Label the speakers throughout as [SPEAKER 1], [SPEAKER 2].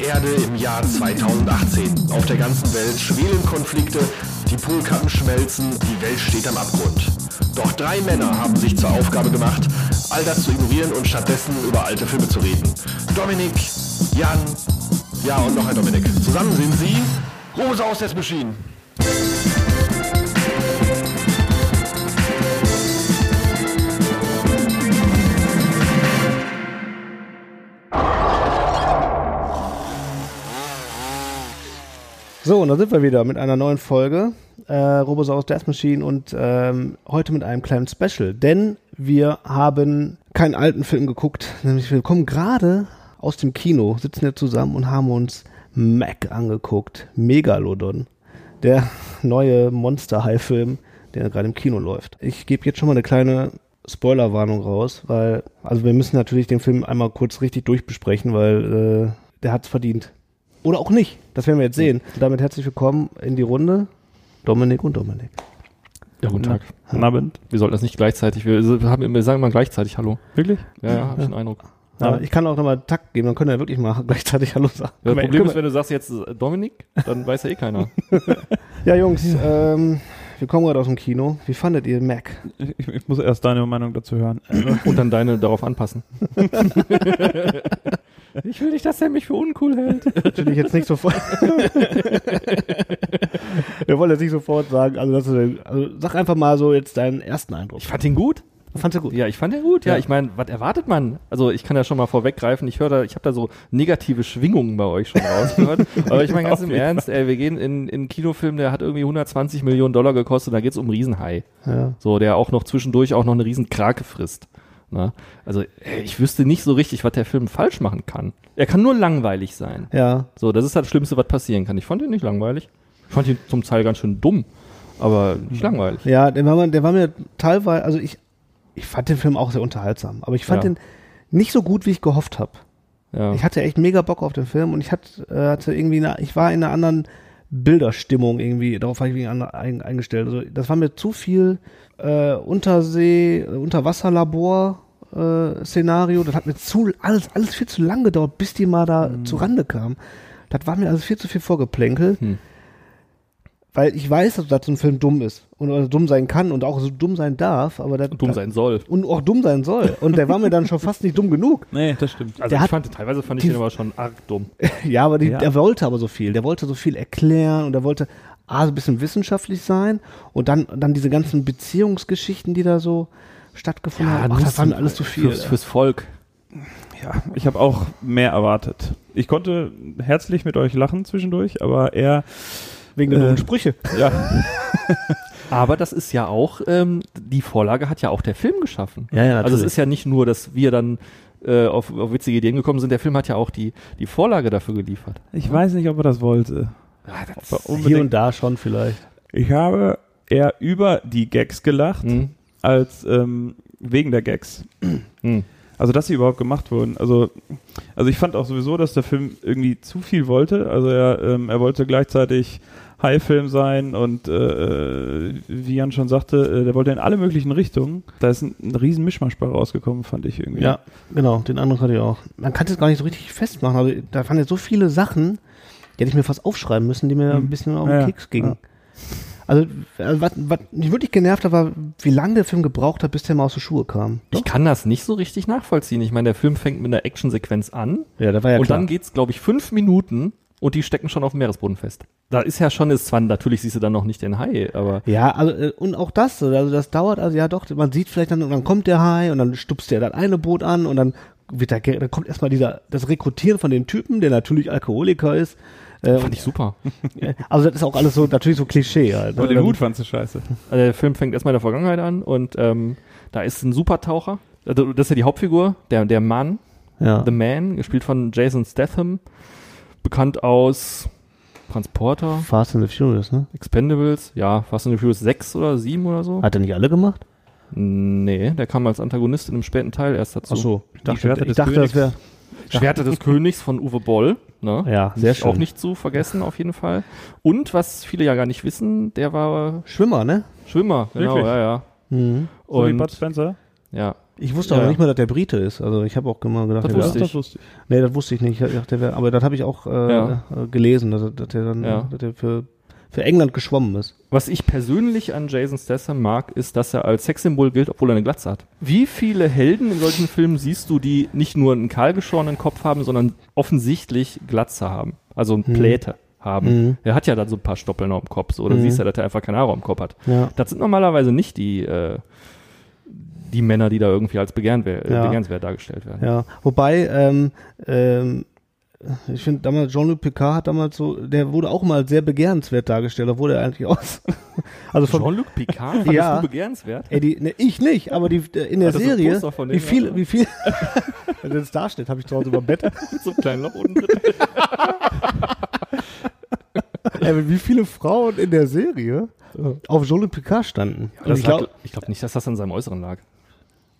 [SPEAKER 1] Erde im Jahr 2018. Auf der ganzen Welt schwelen Konflikte, die Polkappen schmelzen, die Welt steht am Abgrund. Doch drei Männer haben sich zur Aufgabe gemacht, all das zu ignorieren und stattdessen über alte Filme zu reden. Dominik, Jan, ja und noch ein Dominik. Zusammen sind sie Rose aus des Maschinen.
[SPEAKER 2] So, und da sind wir wieder mit einer neuen Folge äh, Robosaurus Death Machine und ähm, heute mit einem kleinen Special, denn wir haben keinen alten Film geguckt, nämlich wir kommen gerade aus dem Kino, sitzen hier zusammen und haben uns Mac angeguckt, Megalodon, der neue Monster-High-Film, der gerade im Kino läuft. Ich gebe jetzt schon mal eine kleine Spoilerwarnung raus, weil, also wir müssen natürlich den Film einmal kurz richtig durchbesprechen, weil äh, der hat's verdient. Oder auch nicht. Das werden wir jetzt sehen. Und damit herzlich willkommen in die Runde. Dominik und Dominik.
[SPEAKER 3] Ja, guten Tag. Guten Abend. Wir sollten das nicht gleichzeitig. Wir wir haben, wir sagen immer gleichzeitig Hallo. Wirklich? Ja, ja, habe ich den Eindruck.
[SPEAKER 2] Aber ich kann auch nochmal Takt geben, dann können wir wirklich mal gleichzeitig Hallo sagen.
[SPEAKER 3] Das
[SPEAKER 2] Können wir-
[SPEAKER 3] Problem
[SPEAKER 2] können
[SPEAKER 3] ist,
[SPEAKER 2] wir-
[SPEAKER 3] wenn du sagst jetzt äh, Dominik, dann weiß ja eh keiner.
[SPEAKER 2] ja, Jungs, ähm, wir kommen gerade aus dem Kino. Wie fandet ihr Mac?
[SPEAKER 4] Ich, ich muss erst deine Meinung dazu hören.
[SPEAKER 3] Und dann deine darauf anpassen. ich will nicht, dass er mich für uncool hält.
[SPEAKER 2] Natürlich jetzt nicht sofort. wir wollen jetzt nicht sofort sagen, also, das ist, also sag einfach mal so jetzt deinen ersten Eindruck.
[SPEAKER 3] Ich fand ihn gut.
[SPEAKER 2] Fandst du gut?
[SPEAKER 3] Ja, ich fand den gut. Ja,
[SPEAKER 2] Ja.
[SPEAKER 3] ich meine, was erwartet man? Also ich kann ja schon mal vorweggreifen. Ich höre da, ich habe da so negative Schwingungen bei euch schon rausgehört. Aber ich meine ganz
[SPEAKER 4] Auf
[SPEAKER 3] im
[SPEAKER 4] jeden
[SPEAKER 3] Ernst, ey, wir gehen in, in einen Kinofilm, der hat irgendwie 120 Millionen Dollar gekostet. Da geht's um Riesenhai.
[SPEAKER 2] Ja.
[SPEAKER 3] So, der auch noch zwischendurch auch noch eine riesen Krake frisst. Ne? Also, ey, ich wüsste nicht so richtig, was der Film falsch machen kann. Er kann nur langweilig sein.
[SPEAKER 2] ja.
[SPEAKER 3] So, das ist halt das Schlimmste, was passieren kann. Ich fand ihn nicht langweilig. Ich fand ihn zum Teil ganz schön dumm, aber nicht langweilig.
[SPEAKER 2] Ja, der war, mir- der war mir teilweise, also ich, ich fand den Film auch sehr unterhaltsam, aber ich fand
[SPEAKER 3] Ja.
[SPEAKER 2] den nicht so gut, wie ich gehofft habe.
[SPEAKER 3] Ja.
[SPEAKER 2] Ich hatte echt mega Bock auf den Film und ich hatte, äh, hatte irgendwie, eine, ich war in einer anderen Bilderstimmung irgendwie, darauf war ich irgendwie an- ein- eingestellt. Also das war mir zu viel äh, Untersee, äh, Unterwasserlabor. Äh, Szenario, das hat mir zu alles, alles viel zu lang gedauert, bis die mal da
[SPEAKER 3] Mhm.
[SPEAKER 2] zu Rande kam. Das war mir alles viel zu viel vorgeplänkel,
[SPEAKER 3] Hm.
[SPEAKER 2] weil ich weiß, dass das so ein Film dumm ist und oder dumm sein kann und auch so dumm sein darf, aber das,
[SPEAKER 3] Dumm sein soll.
[SPEAKER 2] und auch dumm sein soll. Und der war mir dann schon fast nicht dumm genug.
[SPEAKER 4] Nee, das stimmt.
[SPEAKER 3] Also
[SPEAKER 2] Der
[SPEAKER 3] ich
[SPEAKER 2] hat-
[SPEAKER 3] fand, teilweise fand ich
[SPEAKER 2] die-
[SPEAKER 3] den aber schon arg dumm.
[SPEAKER 2] Ja, aber die,
[SPEAKER 4] Ja.
[SPEAKER 2] der wollte aber so viel. Der wollte so viel erklären und der wollte A, so ein bisschen wissenschaftlich sein und dann, dann diese ganzen Beziehungsgeschichten, die da so stattgefunden haben. Ach, das war mir alles zu viel. äh,
[SPEAKER 3] Fürs, fürs Volk.
[SPEAKER 4] Ja, ich habe auch mehr erwartet. Ich konnte herzlich mit euch lachen zwischendurch, aber eher
[SPEAKER 2] Wegen
[SPEAKER 4] der dummen
[SPEAKER 2] Sprüche.
[SPEAKER 4] ja,
[SPEAKER 3] Aber das ist ja auch, ähm, die Vorlage hat ja auch der Film geschaffen.
[SPEAKER 2] Ja, ja, natürlich.
[SPEAKER 3] Also es ist ja nicht nur, dass wir dann äh, auf, auf witzige Ideen gekommen sind, der Film hat ja auch die, die Vorlage dafür geliefert.
[SPEAKER 4] ich weiß nicht, ob er das wollte. Ob er
[SPEAKER 2] Hier
[SPEAKER 4] unbedingt.
[SPEAKER 2] und da schon vielleicht.
[SPEAKER 4] Ich habe eher über die Gags gelacht
[SPEAKER 3] Mhm.
[SPEAKER 4] als ähm, wegen der Gags.
[SPEAKER 3] Mhm.
[SPEAKER 4] Also, dass sie überhaupt gemacht wurden. Also, also ich fand auch sowieso, dass der Film irgendwie zu viel wollte. Also er, ähm, er wollte gleichzeitig High-Film sein und äh, wie Jan schon sagte, äh, der wollte in alle möglichen Richtungen. Da ist ein, ein riesen Mischmasch bei rausgekommen, fand ich irgendwie.
[SPEAKER 2] Ja, genau, den anderen hatte ich auch. Man kann es gar nicht so richtig festmachen. Also, da waren jetzt so viele Sachen, die hätte ich mir fast aufschreiben müssen, die mir
[SPEAKER 4] Hm.
[SPEAKER 2] ein bisschen auf den
[SPEAKER 4] Ja, ja.
[SPEAKER 2] Keks gingen.
[SPEAKER 4] Ja.
[SPEAKER 2] Also, also was, was mich wirklich genervt hat, war, wie lange der Film gebraucht hat, bis der mal aus der Schuhe kam.
[SPEAKER 3] Ich kann das nicht so richtig nachvollziehen. Ich meine, der Film fängt mit einer Actionsequenz an
[SPEAKER 2] Ja, da war ja
[SPEAKER 3] und dann geht's, glaube ich, fünf Minuten und die stecken schon auf dem Meeresboden fest. Da ist ja schon, ist zwar, natürlich siehst du dann noch nicht den Hai, aber
[SPEAKER 2] Ja, also, äh, und auch das, also das dauert, also ja doch, man sieht vielleicht dann, und dann kommt der Hai und dann stupst der das eine Boot an und dann wird da, ge- dann kommt erstmal dieser, das Rekrutieren von dem Typen, der natürlich Alkoholiker ist. Äh,
[SPEAKER 3] fand ich super.
[SPEAKER 2] und, also das ist auch alles so, natürlich so Klischee halt. ne?
[SPEAKER 4] Aber den
[SPEAKER 2] Dann-
[SPEAKER 4] Hut fandst du scheiße.
[SPEAKER 3] Also der Film fängt erstmal in der Vergangenheit an und ähm, da ist ein Supertaucher. Also Das ist ja die Hauptfigur, der, der Mann,
[SPEAKER 2] Ja.
[SPEAKER 3] The Man, gespielt von Jason Statham, bekannt aus Transporter,
[SPEAKER 2] Fast and the Furious, ne?
[SPEAKER 3] Expendables, ja, Fast and the Furious 6 oder 7 oder so.
[SPEAKER 2] Hat er nicht alle gemacht?
[SPEAKER 3] Nee, der kam als Antagonist in einem späten Teil erst dazu.
[SPEAKER 2] ich dachte,
[SPEAKER 4] Schwerter
[SPEAKER 2] ich
[SPEAKER 4] des
[SPEAKER 2] dachte das wäre.
[SPEAKER 3] Schwerter des Königs von Uwe Boll. Ne?
[SPEAKER 2] Ja, sehr
[SPEAKER 3] Auch
[SPEAKER 2] schön.
[SPEAKER 3] nicht zu vergessen, auf jeden Fall. Und was viele ja gar nicht wissen, der war
[SPEAKER 2] Schwimmer, ne?
[SPEAKER 3] Schwimmer. Genau,
[SPEAKER 4] Wirklich?
[SPEAKER 3] ja, ja.
[SPEAKER 2] Mhm.
[SPEAKER 4] So wie
[SPEAKER 3] Und
[SPEAKER 4] Bud Spencer.
[SPEAKER 3] Ja.
[SPEAKER 2] Ich wusste
[SPEAKER 3] Ja.
[SPEAKER 2] aber nicht mal, dass der Brite ist. Also ich habe auch immer gedacht,
[SPEAKER 3] Das
[SPEAKER 2] der
[SPEAKER 3] wusste
[SPEAKER 2] wär-
[SPEAKER 3] ich.
[SPEAKER 4] wusste ich.
[SPEAKER 2] nee, das wusste ich nicht. Ich dachte, der wär, aber das habe ich auch äh,
[SPEAKER 3] Ja.
[SPEAKER 2] äh, gelesen, dass, dass der dann
[SPEAKER 3] Ja.
[SPEAKER 2] dass der für, für England geschwommen ist.
[SPEAKER 3] Was ich persönlich an Jason Statham mag, ist, dass er als Sexsymbol gilt, obwohl er eine Glatze hat. Wie viele Helden in solchen Filmen siehst du, die nicht nur einen kahlgeschorenen Kopf haben, sondern offensichtlich Glatze haben? Also einen Pläte haben.
[SPEAKER 2] Mhm.
[SPEAKER 3] Er hat ja dann so ein paar Stoppeln auf dem Kopf. So. Oder
[SPEAKER 2] Mhm.
[SPEAKER 3] siehst du, dass er einfach keine Haare am Kopf hat.
[SPEAKER 2] Ja.
[SPEAKER 3] Das sind normalerweise nicht die, äh, die Männer, die da irgendwie als begehren, äh,
[SPEAKER 2] Ja.
[SPEAKER 3] begehrenswert dargestellt werden.
[SPEAKER 2] Ja, wobei, ähm, ähm, ich finde damals, Jean-Luc Picard hat damals so, der wurde auch mal sehr begehrenswert dargestellt, obwohl er eigentlich aus. Also von,
[SPEAKER 3] Jean-Luc Picard fandest
[SPEAKER 2] Ja.
[SPEAKER 3] du begehrenswert?
[SPEAKER 2] ey, die, ne, ich nicht, aber die äh, in der
[SPEAKER 3] Hat das so ein
[SPEAKER 2] Serie,
[SPEAKER 3] Poster von dem,
[SPEAKER 2] wie viel,
[SPEAKER 3] oder?
[SPEAKER 2] wie viel, wenn das da steht, habe ich zu Hause über Bett,
[SPEAKER 3] so ein kleines Loch unten drin.
[SPEAKER 2] ey, Äh, wie viele Frauen in der Serie auf Jean-Luc Picard standen. Und
[SPEAKER 3] Das
[SPEAKER 2] ich glaub,
[SPEAKER 3] lag- Ich glaube nicht, dass das an seinem Äußeren lag.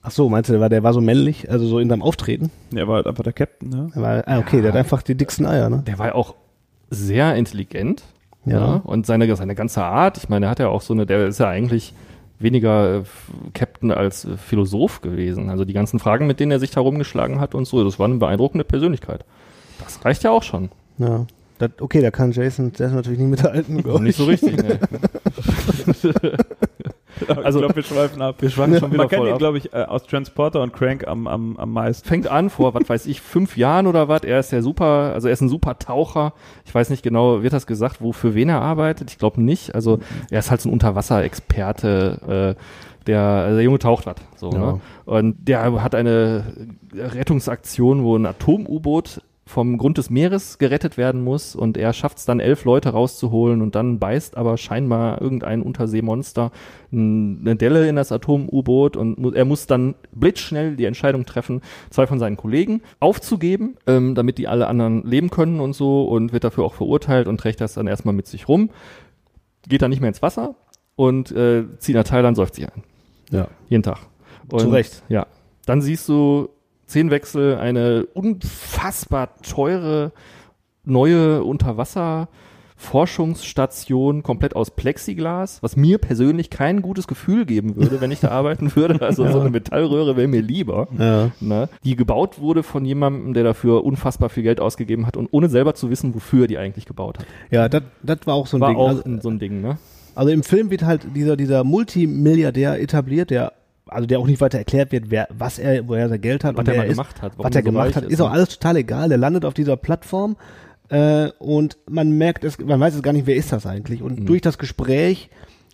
[SPEAKER 2] ach so, meinst du, der war, der war so männlich, also so in seinem Auftreten?
[SPEAKER 4] Ja, war halt einfach der Captain, ne?
[SPEAKER 2] Er war, ah, okay, der hat einfach die dicksten Eier, ne?
[SPEAKER 3] Der war ja auch sehr intelligent. ne?
[SPEAKER 2] Ja.
[SPEAKER 3] und seine, seine ganze Art, ich meine, er hat ja auch so eine, der ist ja eigentlich weniger äh, Captain als äh, Philosoph gewesen. Also die ganzen Fragen, mit denen er sich herumgeschlagen hat und so, das war eine beeindruckende Persönlichkeit. Das reicht ja auch schon.
[SPEAKER 2] Ja. Das, okay, da kann Jason Statham natürlich nicht mithalten, glaub
[SPEAKER 3] Nicht so richtig. Ne? Also-
[SPEAKER 4] ich glaube, wir schweifen ab.
[SPEAKER 3] Wir schweifen schon wieder
[SPEAKER 4] Man kennt
[SPEAKER 3] voll
[SPEAKER 4] ihn,
[SPEAKER 3] ab.
[SPEAKER 4] glaube ich, äh, aus Transporter und Crank am, am, am meisten.
[SPEAKER 3] Fängt an vor, was weiß ich, fünf Jahren oder was. Er ist ja super, also er ist ein super Taucher. Ich weiß nicht genau, wird das gesagt, wo für wen er arbeitet? Ich glaube nicht. Also er ist halt so ein Unterwasserexperte. Äh, der, also der Junge taucht was. So,
[SPEAKER 2] Ja.
[SPEAKER 3] ne? Und der hat eine Rettungsaktion, wo ein Atom-U-Boot vom Grund des Meeres gerettet werden muss und er schafft es dann elf Leute rauszuholen und dann beißt aber scheinbar irgendein Unterseemonster n- eine Delle in das Atom-U-Boot und mu er muss dann blitzschnell die Entscheidung treffen, zwei von seinen Kollegen aufzugeben, ähm, damit die alle anderen leben können und so und wird dafür auch verurteilt und trägt das dann erstmal mit sich rum, geht dann nicht mehr ins Wasser und äh, zieht nach Thailand, säuft sich ein.
[SPEAKER 2] Ja.
[SPEAKER 3] Jeden Tag. Und,
[SPEAKER 2] Zu Recht.
[SPEAKER 3] Ja. Dann siehst du Zehnwechsel, eine unfassbar teure neue Unterwasser-Forschungsstation, komplett aus Plexiglas, was mir persönlich kein gutes Gefühl geben würde, wenn ich da arbeiten würde. Also so eine Metallröhre wäre mir lieber.
[SPEAKER 2] Ja.
[SPEAKER 3] Ne? Die gebaut wurde von jemandem, der dafür unfassbar viel Geld ausgegeben hat und ohne selber zu wissen, wofür er die eigentlich gebaut hat.
[SPEAKER 2] Ja, das das war auch so ein
[SPEAKER 3] War
[SPEAKER 2] Ding.
[SPEAKER 3] auch
[SPEAKER 2] Also-
[SPEAKER 3] ein- so ein Ding, ne?
[SPEAKER 2] Also im Film wird halt dieser, dieser Multimilliardär etabliert, der, also der auch nicht weiter erklärt wird, wer, was er, woher sein Geld hat,
[SPEAKER 3] Was
[SPEAKER 2] und
[SPEAKER 3] er
[SPEAKER 2] wer
[SPEAKER 3] mal
[SPEAKER 2] er ist,
[SPEAKER 3] gemacht hat, warum
[SPEAKER 2] was er
[SPEAKER 3] er so
[SPEAKER 2] gemacht
[SPEAKER 3] reich
[SPEAKER 2] hat,
[SPEAKER 3] ist,
[SPEAKER 2] ist auch
[SPEAKER 3] ne?
[SPEAKER 2] alles total egal. Der landet auf dieser Plattform äh, und man merkt es, man weiß es gar nicht, wer ist das eigentlich.
[SPEAKER 3] Mhm.
[SPEAKER 2] Und durch das Gespräch,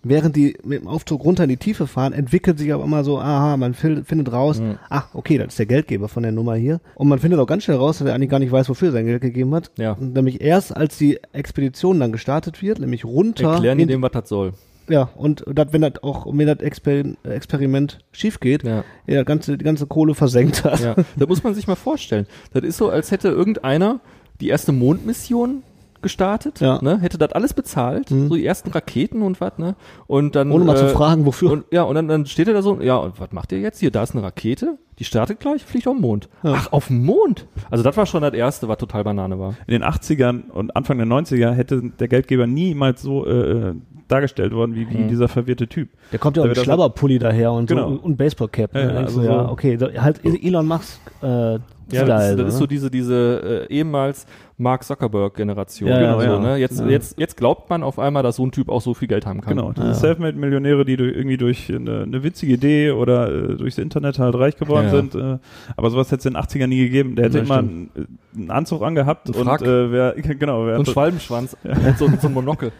[SPEAKER 2] während die mit dem Aufzug runter in die Tiefe fahren, entwickelt sich aber immer so, aha, man fil- findet raus,
[SPEAKER 3] Mhm.
[SPEAKER 2] ach, okay, das ist der Geldgeber von der Nummer hier. Und man findet auch ganz schnell raus, dass er eigentlich gar nicht weiß, wofür er sein Geld gegeben hat.
[SPEAKER 3] Ja.
[SPEAKER 2] Nämlich erst, als die Expedition dann gestartet wird, nämlich runter
[SPEAKER 3] Erklären die
[SPEAKER 2] in
[SPEAKER 3] dem, was das soll.
[SPEAKER 2] ja, und dat, wenn das auch, wenn das Exper Experiment schief geht,
[SPEAKER 3] Ja.
[SPEAKER 2] er das ganze, die ganze Kohle versenkt hat.
[SPEAKER 3] Ja, da muss man sich mal vorstellen. Das ist so, als hätte irgendeiner die erste Mondmission gestartet,
[SPEAKER 2] Ja. Mhm.
[SPEAKER 3] ne? hätte das alles bezahlt, so die ersten Raketen und was, ne? Und dann
[SPEAKER 2] Ohne mal zu
[SPEAKER 3] äh,
[SPEAKER 2] fragen, wofür.
[SPEAKER 3] Und, ja, und dann, dann steht er da so, ja, und was macht ihr jetzt? Hier, da ist eine Rakete, die startet gleich, fliegt auf den Mond. Ach, auf den Mond? Also das war schon das erste, was total Banane war.
[SPEAKER 4] In den 80ern und Anfang der 90er hätte der Geldgeber niemals so äh, äh, dargestellt worden wie, wie
[SPEAKER 2] Hm.
[SPEAKER 4] dieser verwirrte Typ.
[SPEAKER 2] der kommt ja
[SPEAKER 4] Da
[SPEAKER 2] auch mit
[SPEAKER 4] wird das-
[SPEAKER 2] Schlabberpulli daher und
[SPEAKER 4] Genau.
[SPEAKER 2] so und- und Baseballcap.
[SPEAKER 4] Ja,
[SPEAKER 2] ne?
[SPEAKER 4] ja,
[SPEAKER 2] Denkst
[SPEAKER 4] also
[SPEAKER 2] du, ja
[SPEAKER 4] so-
[SPEAKER 2] okay, so, halt Elon Musk äh, Style,
[SPEAKER 3] das, ist,
[SPEAKER 2] ne?
[SPEAKER 3] das ist so diese, diese äh, ehemals Mark Zuckerberg-Generation.
[SPEAKER 2] Ja, ja,
[SPEAKER 3] so,
[SPEAKER 4] ja.
[SPEAKER 3] ne? jetzt, jetzt, jetzt glaubt man auf einmal, dass so ein Typ auch so viel Geld haben kann.
[SPEAKER 4] Genau, diese Selfmade-Millionäre, die durch, irgendwie durch eine, eine witzige Idee oder äh, durchs Internet halt reich geworden
[SPEAKER 3] Ja.
[SPEAKER 4] sind. Äh, aber sowas hätte es in den 80ern nie gegeben. Der hätte
[SPEAKER 3] Ja,
[SPEAKER 4] immer einen, äh, einen Anzug angehabt
[SPEAKER 3] Einen
[SPEAKER 4] und
[SPEAKER 3] Frack.
[SPEAKER 4] äh, wer, genau, wer
[SPEAKER 3] So ein Schwalbenschwanz, mit so, so ein Monokel.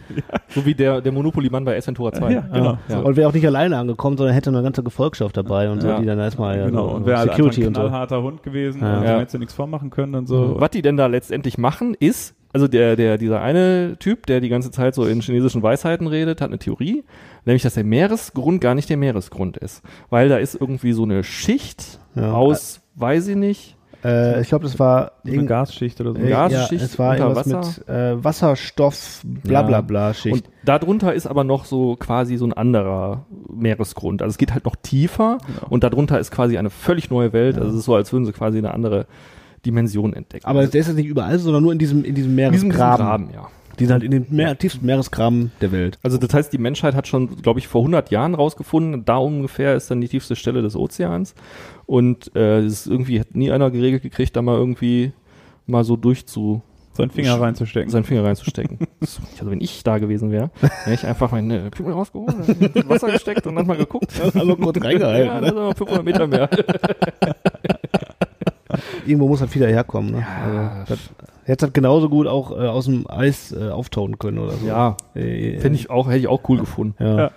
[SPEAKER 3] So wie der, der Monopoly-Mann bei S Ventura 2.
[SPEAKER 4] Ja, genau.
[SPEAKER 3] Ja.
[SPEAKER 2] Und wäre auch nicht alleine angekommen, sondern hätte eine ganze Gefolgschaft dabei und so,
[SPEAKER 3] Ja.
[SPEAKER 2] die dann erstmal ja,
[SPEAKER 4] Genau,
[SPEAKER 2] so,
[SPEAKER 4] und wäre halt einfach
[SPEAKER 2] Security
[SPEAKER 4] ein
[SPEAKER 2] und so.
[SPEAKER 4] knallharter Hund gewesen
[SPEAKER 2] Ja. Mhm.
[SPEAKER 4] und
[SPEAKER 3] Ja.
[SPEAKER 4] dem hättest du nichts vormachen können und so.
[SPEAKER 3] Was die denn da letztendlich machen, ist, also der, der, dieser eine Typ, der die ganze Zeit so in chinesischen Weisheiten redet, hat eine Theorie, nämlich, dass der Meeresgrund gar nicht der Meeresgrund ist. Weil da ist irgendwie so eine Schicht
[SPEAKER 2] Ja.
[SPEAKER 3] aus, weiß ich nicht,
[SPEAKER 2] Äh, ich glaube, das war
[SPEAKER 4] Eine
[SPEAKER 2] irgend-
[SPEAKER 4] Gasschicht oder so.
[SPEAKER 2] äh,
[SPEAKER 3] Gasschicht
[SPEAKER 2] ja, es war
[SPEAKER 3] unter
[SPEAKER 2] irgendwas mit äh, Wasserstoff, bla bla
[SPEAKER 3] Ja.
[SPEAKER 2] bla Schicht.
[SPEAKER 3] Und darunter ist aber noch so quasi so ein anderer Meeresgrund. Also es geht halt noch tiefer und darunter ist quasi eine völlig neue Welt. Also es ist so, als würden sie quasi eine andere Dimension entdecken.
[SPEAKER 2] aber der ist jetzt nicht überall, sondern nur in diesem, in diesem
[SPEAKER 3] in diesem
[SPEAKER 2] Meeresgraben.
[SPEAKER 3] ja.
[SPEAKER 2] Die sind halt in den Meer, tiefsten Meeresgraben der Welt.
[SPEAKER 3] Also das heißt, die Menschheit hat schon, glaube ich, vor 100 Jahren rausgefunden, da ungefähr ist dann die tiefste Stelle des Ozeans. Und äh, es ist irgendwie hat nie einer geregelt gekriegt, da mal irgendwie mal so durchzu
[SPEAKER 4] Seinen Finger reinzustecken.
[SPEAKER 3] seinen Finger reinzustecken. Das- also wenn ich da gewesen wäre, hätte ich einfach meine Pimmel rausgeholt, in Wasser gesteckt und dann mal geguckt.
[SPEAKER 2] Aber kurz
[SPEAKER 3] Ja, das
[SPEAKER 2] reingehalten. ne?
[SPEAKER 3] sind aber 500 Meter mehr.
[SPEAKER 2] Irgendwo muss halt wieder herkommen. Ne? Also, das, jetzt hat genauso gut auch äh, aus dem Eis äh, auftauen können oder so.
[SPEAKER 3] Ja,
[SPEAKER 2] Äh,
[SPEAKER 3] finde ich auch, hätte ich auch cool gefunden.
[SPEAKER 2] Ja.
[SPEAKER 4] Ja.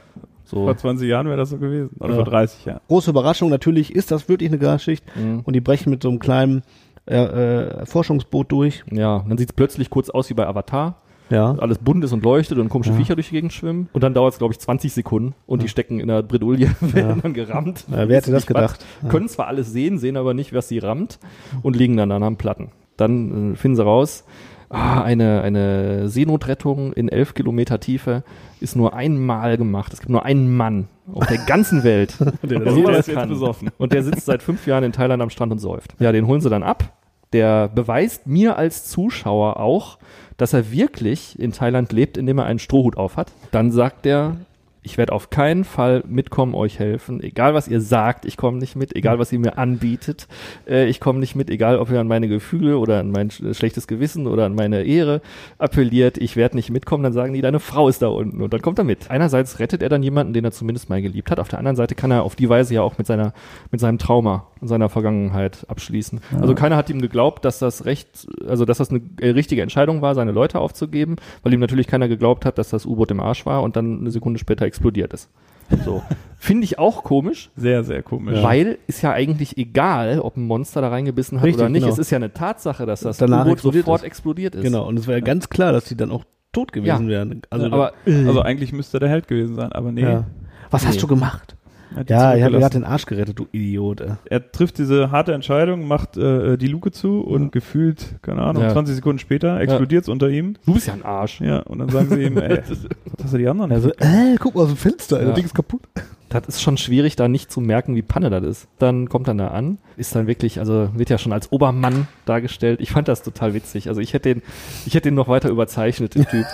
[SPEAKER 3] So.
[SPEAKER 4] Vor 20 Jahren wäre das so gewesen. Oder
[SPEAKER 2] Ja.
[SPEAKER 4] vor 30 Jahren.
[SPEAKER 2] Große Überraschung, natürlich ist das wirklich eine Gasschicht
[SPEAKER 3] Mhm.
[SPEAKER 2] und die brechen mit so einem kleinen äh, äh, Forschungsboot durch.
[SPEAKER 3] Ja, und dann sieht es plötzlich kurz aus wie bei Avatar.
[SPEAKER 2] Ja.
[SPEAKER 3] alles bunt ist und leuchtet und komische Viecher durch die Gegend schwimmen. Und dann dauert es, glaube ich, 20 Sekunden und die stecken in der Bredouille, werden dann gerammt.
[SPEAKER 2] Ja, wer hätte das gedacht?
[SPEAKER 3] Können zwar alles sehen, sehen aber nicht, was sie rammt und liegen dann an am Platten. Dann äh, finden sie raus, ah, eine, eine Seenotrettung in 11 Kilometer Tiefe ist nur einmal gemacht. Es gibt nur einen Mann auf der ganzen Welt, der,
[SPEAKER 4] der
[SPEAKER 3] sowas
[SPEAKER 4] ist jetzt
[SPEAKER 3] kann.
[SPEAKER 4] besoffen.
[SPEAKER 3] Und der sitzt seit fünf Jahren in Thailand am Strand und säuft. Ja, den holen sie dann ab. Der beweist mir als Zuschauer auch, dass er wirklich in Thailand lebt, indem er einen Strohhut aufhat. Dann sagt er, ich werde auf keinen Fall mitkommen, euch helfen. Egal was ihr sagt, ich komme nicht mit. Egal was ihr mir anbietet, äh, ich komme nicht mit. Egal ob ihr an meine Gefühle oder an mein sch- schlechtes Gewissen oder an meine Ehre appelliert, ich werde nicht mitkommen. Dann sagen die, deine Frau ist da unten und dann kommt er mit. Einerseits rettet er dann jemanden, den er zumindest mal geliebt hat. Auf der anderen Seite kann er auf die Weise ja auch mit seiner mit seinem Trauma und seiner Vergangenheit abschließen. Also keiner hat ihm geglaubt, dass das recht, also dass das eine äh, richtige Entscheidung war, seine Leute aufzugeben, weil ihm natürlich keiner geglaubt hat, dass das U-Boot im Arsch war und dann eine Sekunde später explodiert ist. So. Finde ich auch komisch,
[SPEAKER 4] Sehr, sehr komisch.
[SPEAKER 3] weil ist ja eigentlich egal, ob ein Monster da reingebissen hat
[SPEAKER 2] Richtig,
[SPEAKER 3] oder nicht.
[SPEAKER 2] genau.
[SPEAKER 3] Es ist ja eine Tatsache, dass das
[SPEAKER 2] Danach
[SPEAKER 3] U-Boot
[SPEAKER 2] explodiert
[SPEAKER 3] sofort
[SPEAKER 2] ist.
[SPEAKER 3] explodiert ist.
[SPEAKER 2] Genau, und es war ja ganz klar, dass die dann auch tot gewesen
[SPEAKER 3] Ja.
[SPEAKER 2] wären. Also,
[SPEAKER 3] Aber
[SPEAKER 4] Also eigentlich müsste der Held gewesen sein, aber nee.
[SPEAKER 2] ja. Was
[SPEAKER 3] Nee.
[SPEAKER 2] hast du gemacht?
[SPEAKER 4] er hat die
[SPEAKER 2] Ja, ich habe
[SPEAKER 4] zurückgelassen.
[SPEAKER 2] gerade den Arsch gerettet, du Idiot. Äh.
[SPEAKER 4] er trifft diese harte Entscheidung, macht äh, die Luke zu und gefühlt, keine Ahnung,
[SPEAKER 3] Ja.
[SPEAKER 4] 20 Sekunden später explodiert's unter ihm.
[SPEAKER 3] du bist ja ein Arsch.
[SPEAKER 4] Ja, und dann sagen sie ihm, ey, was hast du die anderen?
[SPEAKER 2] Also, äh, guck mal aus dem Fenster,
[SPEAKER 3] Ja.
[SPEAKER 2] das Ding ist kaputt.
[SPEAKER 3] Das ist schon schwierig, da nicht zu merken, wie Panne das ist. Dann kommt dann da an, ist dann wirklich, also wird ja schon als Obermann dargestellt. Ich fand das total witzig. Also ich hätte den, ich hätte den noch weiter überzeichnet, den Typ.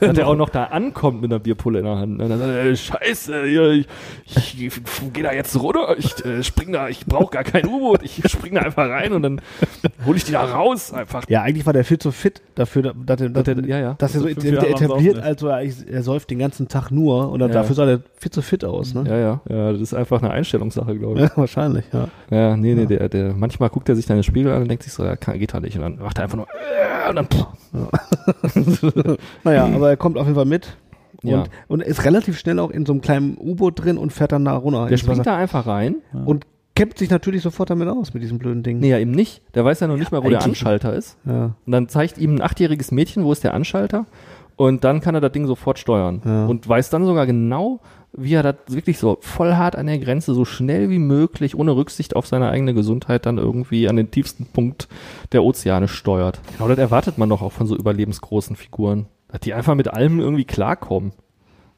[SPEAKER 3] Dass der auch noch da ankommt mit einer Bierpulle in der Hand. Und dann sagt er, äh, Scheiße, hier, ich, ich, ich gehe da jetzt runter, ich äh, spring da, ich brauche gar kein U-Boot, ich spring da einfach rein und dann hole ich die da raus einfach.
[SPEAKER 2] Ja, eigentlich war der viel zu fit dafür, da- dass er, dass,
[SPEAKER 3] Dass er- ja, ja.
[SPEAKER 2] Dass er so
[SPEAKER 4] fünf
[SPEAKER 2] der
[SPEAKER 4] Jahre am
[SPEAKER 2] etabliert,
[SPEAKER 4] Saufen ist.
[SPEAKER 2] also er, er säuft den ganzen Tag nur und dann-
[SPEAKER 3] ne? Ja.
[SPEAKER 2] dafür sah der viel zu fit aus, ne?
[SPEAKER 3] Ja, ja, ja, das ist einfach eine Einstellungssache, glaube ich.
[SPEAKER 2] Ja, wahrscheinlich, ja.
[SPEAKER 3] Ja, nee, nee, der, der, manchmal guckt er sich dann in den Spiegel an und denkt sich so, ja, kann, geht halt nicht. Und dann macht er einfach nur, äh, und dann, pff,
[SPEAKER 2] Naja, aber er kommt auf jeden Fall mit. Und,
[SPEAKER 3] Ja.
[SPEAKER 2] und ist relativ schnell auch in so einem kleinen U-Boot drin und fährt dann da runter.
[SPEAKER 3] der
[SPEAKER 2] ins Wasser.
[SPEAKER 3] springt da einfach rein.
[SPEAKER 2] Und kämpft sich natürlich sofort damit aus, mit diesem blöden Ding.
[SPEAKER 3] Nee, ja, eben nicht. Der weiß ja noch nicht mal, wo der
[SPEAKER 2] eigentlich-
[SPEAKER 3] Anschalter ist.
[SPEAKER 2] Ja.
[SPEAKER 3] Und dann zeigt ihm ein achtjähriges Mädchen, wo ist der Anschalter. Und dann kann er das Ding sofort steuern.
[SPEAKER 2] Ja.
[SPEAKER 3] Und weiß dann sogar genau, wie er das wirklich so voll hart an der Grenze, so schnell wie möglich, ohne Rücksicht auf seine eigene Gesundheit, dann irgendwie an den tiefsten Punkt der Ozeane steuert. Genau das erwartet man doch auch von so überlebensgroßen Figuren. Dass die einfach mit allem irgendwie klarkommen.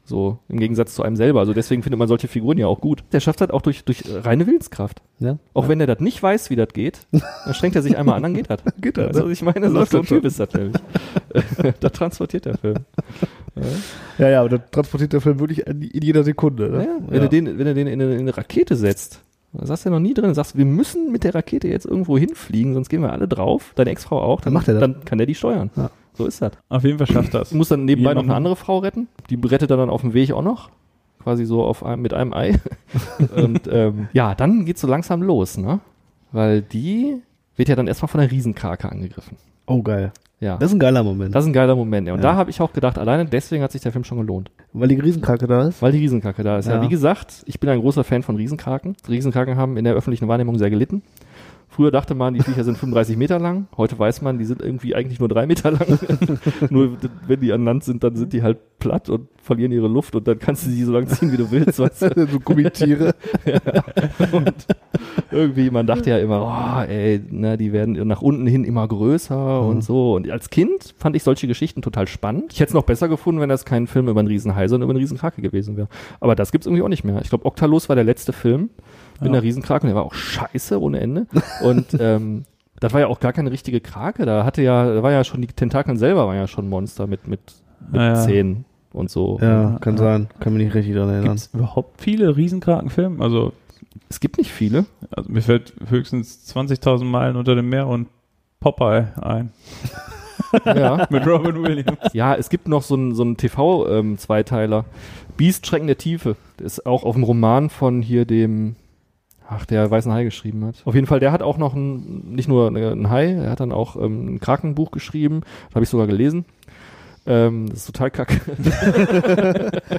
[SPEAKER 3] So, im Gegensatz zu einem selber. Also deswegen findet man solche Figuren ja auch gut. Der schafft das auch durch, durch reine Willenskraft.
[SPEAKER 2] Ja.
[SPEAKER 3] Auch wenn er das nicht weiß, wie das geht, dann strengt er sich einmal an, dann geht das. geht das. Also ich meine, so, so ein Typ ist das nämlich. da transportiert der Film.
[SPEAKER 2] ja, ja, aber das transportiert der Film wirklich in, in jeder Sekunde. Ne?
[SPEAKER 3] Ja, wenn, Du den, wenn du den in eine, in eine Rakete setzt, da saß ja noch nie drin, sagst, wir müssen mit der Rakete jetzt irgendwo hinfliegen, sonst gehen wir alle drauf, deine Ex-Frau auch,
[SPEAKER 2] Dann
[SPEAKER 3] dann,
[SPEAKER 2] macht er das.
[SPEAKER 3] dann kann er die steuern.
[SPEAKER 2] Ja.
[SPEAKER 3] So ist das.
[SPEAKER 4] Auf jeden Fall schafft das.
[SPEAKER 3] Du musst dann nebenbei
[SPEAKER 4] Je
[SPEAKER 3] noch eine
[SPEAKER 4] nach-
[SPEAKER 3] andere Frau retten, die rettet er dann auf dem Weg auch noch. Quasi so auf einem, mit einem Ei. Und ähm, ja, dann geht's so langsam los, ne? Weil die wird ja dann erstmal von einer Riesenkrake angegriffen.
[SPEAKER 2] Oh, geil.
[SPEAKER 3] Ja.
[SPEAKER 2] Das ist ein geiler Moment.
[SPEAKER 3] Das ist ein geiler Moment. Ja. Und
[SPEAKER 2] Ja.
[SPEAKER 3] da habe ich auch gedacht, alleine deswegen hat sich der Film schon gelohnt,
[SPEAKER 2] weil die Riesenkrake da ist.
[SPEAKER 3] weil die Riesenkacke da ist. Ja.
[SPEAKER 2] Ja.
[SPEAKER 3] wie gesagt, ich bin ein großer Fan von Riesenkraken. Riesenkraken haben in der öffentlichen Wahrnehmung sehr gelitten. Früher dachte man, die Viecher sind 35 Meter lang. Heute weiß man, die sind irgendwie eigentlich nur drei Meter lang. nur d- wenn die an Land sind, dann sind die halt platt und verlieren ihre Luft und dann kannst du sie so lange ziehen, wie du willst. Weißt du?
[SPEAKER 2] so Gummitiere.
[SPEAKER 3] Und irgendwie, man dachte ja immer, oh, ey, ne, die werden nach unten hin immer größer und so. Und als Kind fand ich solche Geschichten total spannend. Ich hätte es noch besser gefunden, wenn das kein Film über einen Riesenhai, sondern über einen Riesenkrake gewesen wäre. Aber das gibt es irgendwie auch nicht mehr. Ich glaube, Octalos war der letzte Film mit einer Riesenkrake und der war auch scheiße ohne Ende. Und ähm, Das war ja auch gar keine richtige Krake. Da hatte ja, da war ja schon die Tentakeln selber waren ja schon Monster mit mit, mit
[SPEAKER 4] Ja, ja.
[SPEAKER 3] Zähnen und so.
[SPEAKER 2] Ja, kann sein. Kann mich nicht richtig dran erinnern.
[SPEAKER 4] Gibt es überhaupt viele Riesenkrakenfilme? Also,
[SPEAKER 3] Es gibt nicht viele.
[SPEAKER 4] also mir fällt höchstens 20.000 Meilen unter dem Meer und Popeye ein.
[SPEAKER 3] ja.
[SPEAKER 4] Mit Robin Williams.
[SPEAKER 3] ja, es gibt noch so einen so einen TV ähm, Zweiteiler. Biest Schrecken der Tiefe. Der ist auch auf dem Roman von hier dem Ach, der Weißen Hai geschrieben hat. Auf jeden Fall, der hat auch noch ein, nicht nur einen Hai, er hat dann auch ähm, ein Krakenbuch geschrieben. Das habe ich sogar gelesen. Ähm, das ist total kacke.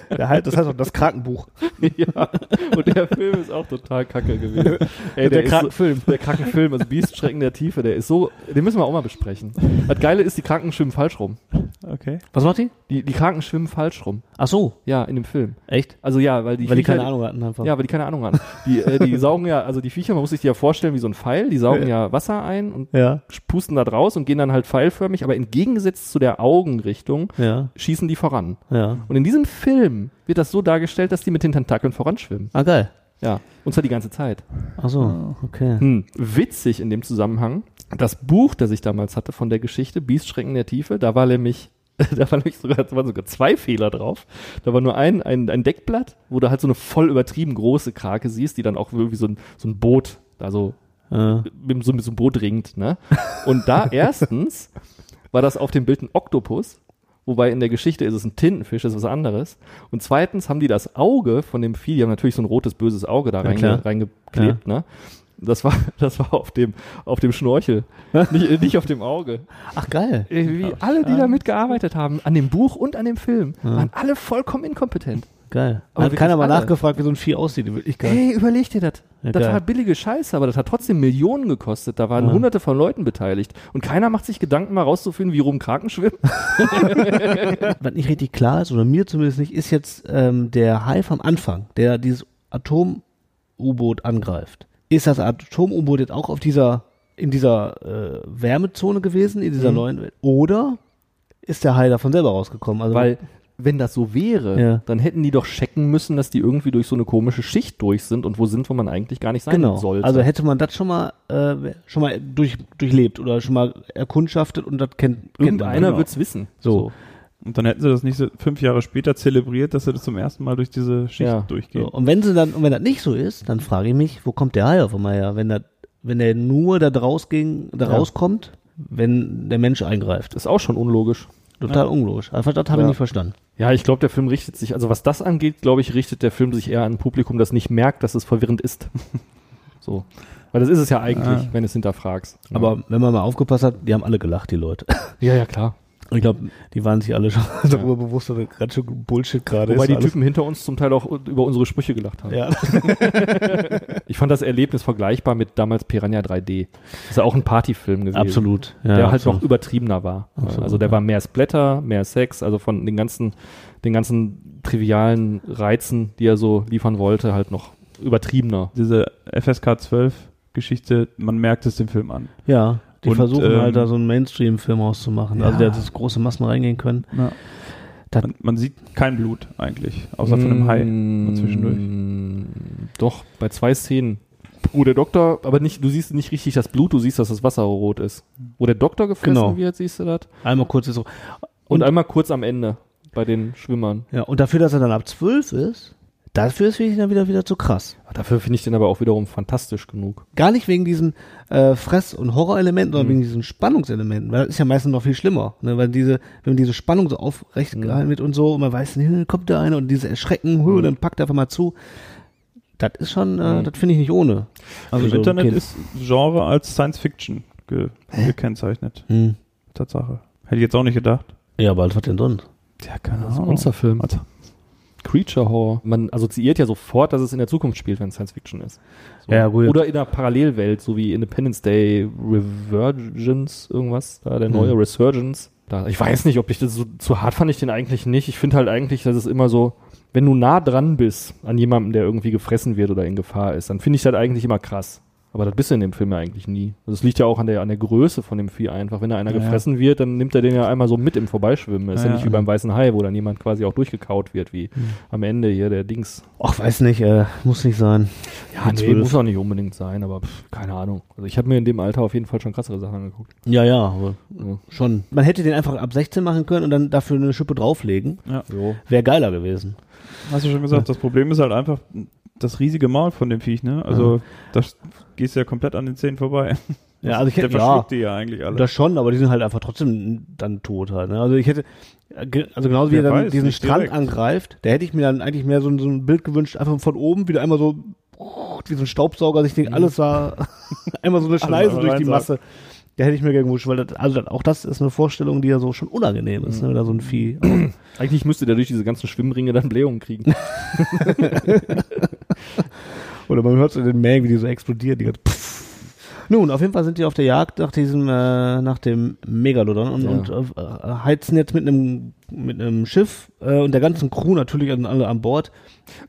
[SPEAKER 2] Der halt, das heißt auch das Krankenbuch.
[SPEAKER 3] ja, und der Film ist auch total kacke gewesen. Ey,
[SPEAKER 2] Der
[SPEAKER 3] ist
[SPEAKER 2] Krankenfilm.
[SPEAKER 3] So, der Krankenfilm, also Biestschrecken der Tiefe, der ist so, den müssen wir auch mal besprechen. Das Geile ist, die Kranken schwimmen falsch rum.
[SPEAKER 4] Okay.
[SPEAKER 2] Was macht die?
[SPEAKER 3] Die, die Kranken schwimmen falsch rum.
[SPEAKER 2] Ach so,
[SPEAKER 3] Ja, in dem Film.
[SPEAKER 2] echt?
[SPEAKER 3] Also ja, weil die
[SPEAKER 2] Weil die
[SPEAKER 3] Viecher-
[SPEAKER 2] keine Ahnung hatten einfach.
[SPEAKER 3] Ja, weil die keine Ahnung hatten. Die, äh, die saugen ja, also die Viecher, man muss sich die ja vorstellen wie so ein Pfeil, die saugen ja Wasser ein und
[SPEAKER 2] Ja,
[SPEAKER 3] pusten da draus und gehen dann halt pfeilförmig, aber entgegengesetzt zu der Augenrichtung
[SPEAKER 2] ja,
[SPEAKER 3] schießen die voran.
[SPEAKER 2] ja.
[SPEAKER 3] Und in diesem Film wird das so dargestellt, dass die mit den Tentakeln voranschwimmen.
[SPEAKER 2] Ah, geil.
[SPEAKER 3] Ja, und zwar die ganze Zeit.
[SPEAKER 2] Ach so, okay.
[SPEAKER 3] Hm. Witzig in dem Zusammenhang, das Buch, das ich damals hatte von der Geschichte, Biestschrecken der Tiefe, da war nämlich, da war nämlich sogar, da waren sogar zwei Fehler drauf. Da war nur ein, ein, ein Deckblatt, wo du halt so eine voll übertrieben große Krake siehst, die dann auch irgendwie so ein, so ein Boot, also
[SPEAKER 2] Ja.
[SPEAKER 3] mit so, mit so einem Boot ringt, ne? Und da erstens war das auf dem Bild ein Oktopus, wobei in der Geschichte ist es ein Tintenfisch, das ist was anderes. Und zweitens haben die das Auge von dem Vieh, die haben natürlich so ein rotes, böses Auge da
[SPEAKER 2] klar.
[SPEAKER 3] reinge, reingeklebt, ne? Das war, das war auf dem, auf dem Schnorchel, nicht, nicht auf dem Auge.
[SPEAKER 2] Ach, geil.
[SPEAKER 3] Irgendwie alle, die da mitgearbeitet haben, an dem Buch und an dem Film, waren alle vollkommen inkompetent.
[SPEAKER 2] Geil.
[SPEAKER 3] Aber
[SPEAKER 2] hat
[SPEAKER 3] wirklich
[SPEAKER 2] keiner mal
[SPEAKER 3] alle.
[SPEAKER 2] nachgefragt, wie so ein Vieh aussieht, wirklich geil.
[SPEAKER 3] Hey, überleg dir das.
[SPEAKER 2] Ja,
[SPEAKER 3] das
[SPEAKER 2] geil.
[SPEAKER 3] war billige Scheiße, aber das hat trotzdem Millionen gekostet. Da waren hunderte von Leuten beteiligt. Und keiner macht sich Gedanken, mal rauszufinden, wie rum Kraken schwimmt.
[SPEAKER 2] Was nicht richtig klar ist, oder mir zumindest nicht, ist jetzt ähm, der Hai vom Anfang, der dieses Atom-U-Boot angreift. Ist das Atom-U-Boot jetzt auch auf dieser, in dieser äh, Wärmezone gewesen, in
[SPEAKER 3] Mhm.
[SPEAKER 2] dieser neuen Welt? Oder ist der Hai davon selber rausgekommen? Also,
[SPEAKER 3] Weil, wenn das so wäre,
[SPEAKER 2] Ja.
[SPEAKER 3] dann hätten die doch checken müssen, dass die irgendwie durch so eine komische Schicht durch sind und wo sind, wo man eigentlich gar nicht sein
[SPEAKER 2] genau.
[SPEAKER 3] sollte.
[SPEAKER 2] Also hätte man das schon mal, äh, schon mal durch, durchlebt oder schon mal erkundschaftet und das kennt, kennt man.
[SPEAKER 3] Irgendeiner
[SPEAKER 2] Genau.
[SPEAKER 3] wird's wissen.
[SPEAKER 2] so.
[SPEAKER 4] Und dann hätten sie das nicht so fünf Jahre später zelebriert, dass sie das zum ersten Mal durch diese Schicht
[SPEAKER 3] Ja.
[SPEAKER 4] durchgehen.
[SPEAKER 2] So, und wenn sie dann, und wenn das nicht so ist, dann frage ich mich, wo kommt der Hai auf einmal her? Wenn, das, wenn der nur da draus ging, da rauskommt, wenn der Mensch eingreift.
[SPEAKER 3] Ist auch schon unlogisch.
[SPEAKER 2] Total unlogisch. Einfach das habe
[SPEAKER 3] Ja.
[SPEAKER 2] ich nicht verstanden.
[SPEAKER 3] Ja, ich glaube, der Film richtet sich, also was das angeht, glaube ich, richtet der Film sich eher an ein Publikum, das nicht merkt, dass es verwirrend ist. so. Weil das ist es ja eigentlich,
[SPEAKER 4] Ah.
[SPEAKER 3] wenn du es hinterfragst.
[SPEAKER 2] Aber wenn man mal aufgepasst hat, die haben alle gelacht, die Leute.
[SPEAKER 3] ja, ja, klar.
[SPEAKER 2] Und ich glaube, die waren sich alle schon darüber bewusst, dass das gerade schon Bullshit gerade ist.
[SPEAKER 3] Wobei die
[SPEAKER 2] alles.
[SPEAKER 3] Typen hinter uns zum Teil auch über unsere Sprüche gelacht haben.
[SPEAKER 2] Ja.
[SPEAKER 3] Ich fand das Erlebnis vergleichbar mit damals Piranha 3D. Das ist ja auch ein Partyfilm gewesen.
[SPEAKER 2] Absolut. Ja,
[SPEAKER 3] der halt
[SPEAKER 2] absolut.
[SPEAKER 3] noch übertriebener war.
[SPEAKER 2] Absolut,
[SPEAKER 3] also der war mehr Splatter, mehr Sex, also von den ganzen, den ganzen trivialen Reizen, die er so liefern wollte, halt noch übertriebener.
[SPEAKER 4] Diese FSK 12 Geschichte, man merkt es dem Film an.
[SPEAKER 2] Ja. Die
[SPEAKER 4] Und,
[SPEAKER 2] versuchen
[SPEAKER 4] ähm,
[SPEAKER 2] halt da so einen Mainstream-Film auszumachen. Also, der hat das große Massen reingehen können. Das-
[SPEAKER 4] Man, man sieht kein Blut eigentlich, außer von
[SPEAKER 3] Mm,
[SPEAKER 4] einem Hai nur zwischendurch.
[SPEAKER 3] zwischendurch. Hm, Doch, bei zwei Szenen. Wo der Doktor, aber nicht, du siehst nicht richtig das Blut, du siehst, dass das Wasser rot ist. Wo der Doktor gefressen
[SPEAKER 2] Genau.
[SPEAKER 3] wird, siehst du das.
[SPEAKER 2] Einmal kurz so.
[SPEAKER 3] Und,
[SPEAKER 2] Und-
[SPEAKER 3] einmal kurz am Ende bei den Schwimmern.
[SPEAKER 2] Ja, und dafür, dass er dann ab 12 ist, dafür ist wirklich dann wieder, wieder zu krass.
[SPEAKER 3] Ah, Dafür finde ich den aber auch wiederum fantastisch genug.
[SPEAKER 2] Gar nicht wegen diesen äh, Fress- und Horrorelementen,
[SPEAKER 4] Mhm.
[SPEAKER 2] sondern wegen diesen Spannungselementen, weil das ist ja meistens noch viel schlimmer, ne? weil diese, wenn diese Spannung so aufrecht
[SPEAKER 4] Mhm.
[SPEAKER 2] gehalten wird und so, und man weiß, hier kommt der eine und diese Erschrecken, hu, und dann packt er einfach mal zu. Das ist schon, äh, das finde ich nicht ohne.
[SPEAKER 4] Also Mhm. im
[SPEAKER 2] so,
[SPEAKER 4] Internet
[SPEAKER 2] okay.
[SPEAKER 4] ist Genre als Science Fiction ge gekennzeichnet.
[SPEAKER 2] Hm.
[SPEAKER 4] Tatsache. Hätte ich jetzt auch nicht gedacht.
[SPEAKER 2] Ja, aber was denn sonst?
[SPEAKER 4] Ja, keine
[SPEAKER 3] Das ist ein Monsterfilm.
[SPEAKER 4] Also,
[SPEAKER 3] Creature Horror. Man assoziiert ja sofort, dass es in der Zukunft spielt, wenn es Science Fiction ist. So.
[SPEAKER 2] Ja, gut.
[SPEAKER 3] Oder in einer Parallelwelt, so wie Independence Day, Revergence, irgendwas, da der neue Resurgence. Da, ich weiß nicht, ob ich das so zu hart fand ich den eigentlich nicht. Ich finde halt eigentlich, dass es immer so, wenn du nah dran bist an jemandem, der irgendwie gefressen wird oder in Gefahr ist, dann finde ich das eigentlich immer krass. Aber das bist du in dem Film ja eigentlich nie. Also es liegt ja auch an der, an der Größe von dem Vieh einfach. Wenn da einer
[SPEAKER 4] Ja, ja.
[SPEAKER 3] gefressen wird, dann nimmt er den ja einmal so mit im Vorbeischwimmen. Das ist ja,
[SPEAKER 4] Ja,
[SPEAKER 3] nicht
[SPEAKER 4] ja.
[SPEAKER 3] wie beim weißen Hai, wo dann jemand quasi auch durchgekaut wird, wie am Ende hier der Dings.
[SPEAKER 2] Ach, weiß nicht, äh, muss nicht sein.
[SPEAKER 3] Ja, nee,
[SPEAKER 2] zwölf.
[SPEAKER 3] muss auch nicht unbedingt sein, aber pff, keine Ahnung. Also ich habe mir in dem Alter auf jeden Fall schon krassere Sachen angeguckt.
[SPEAKER 2] Ja, ja, aber
[SPEAKER 3] Ja.
[SPEAKER 2] schon. Man hätte den einfach ab 16 machen können und dann dafür eine Schippe drauflegen.
[SPEAKER 3] So.
[SPEAKER 2] Wäre geiler gewesen.
[SPEAKER 4] Hast du schon gesagt, das Problem ist halt einfach das riesige Maul von dem Viech, ne? Also, da sch- gehst du ja komplett an den Zähnen vorbei.
[SPEAKER 2] Ja, also ich
[SPEAKER 4] Der
[SPEAKER 2] hätte ja,
[SPEAKER 4] verschluckt die ja eigentlich alle.
[SPEAKER 2] das schon, aber die sind halt einfach trotzdem dann tot halt. Ne? Also ich hätte, äh, ge- also genauso wie
[SPEAKER 4] Wer
[SPEAKER 2] er dann
[SPEAKER 4] weiß,
[SPEAKER 2] diesen
[SPEAKER 4] nicht
[SPEAKER 2] Strand
[SPEAKER 4] direkt.
[SPEAKER 2] angreift, da hätte ich mir dann eigentlich mehr so, ein- so ein Bild gewünscht, einfach von oben, wie der einmal so, wie so ein Staubsauger sich
[SPEAKER 4] Mhm.
[SPEAKER 2] den alles sah, einmal so eine Schneise durch die
[SPEAKER 4] reinsaugt.
[SPEAKER 2] Masse. Da hätte ich mir gerne gewünscht, weil das, also das, auch das ist eine Vorstellung, die ja so schon unangenehm
[SPEAKER 4] Mhm.
[SPEAKER 2] ist, ne, wenn da so ein Vieh.
[SPEAKER 3] Eigentlich müsste der durch diese ganzen Schwimmringe dann Blähungen kriegen.
[SPEAKER 2] Oder man hört so den Mägen, wie die so explodieren. Die ganze Pff. Nun, auf jeden Fall sind die auf der Jagd nach diesem, äh, nach dem Megalodon und,
[SPEAKER 3] Ja.
[SPEAKER 2] und äh, äh, heizen jetzt mit einem mit einem Schiff äh, und der ganzen Crew natürlich an- alle an Bord.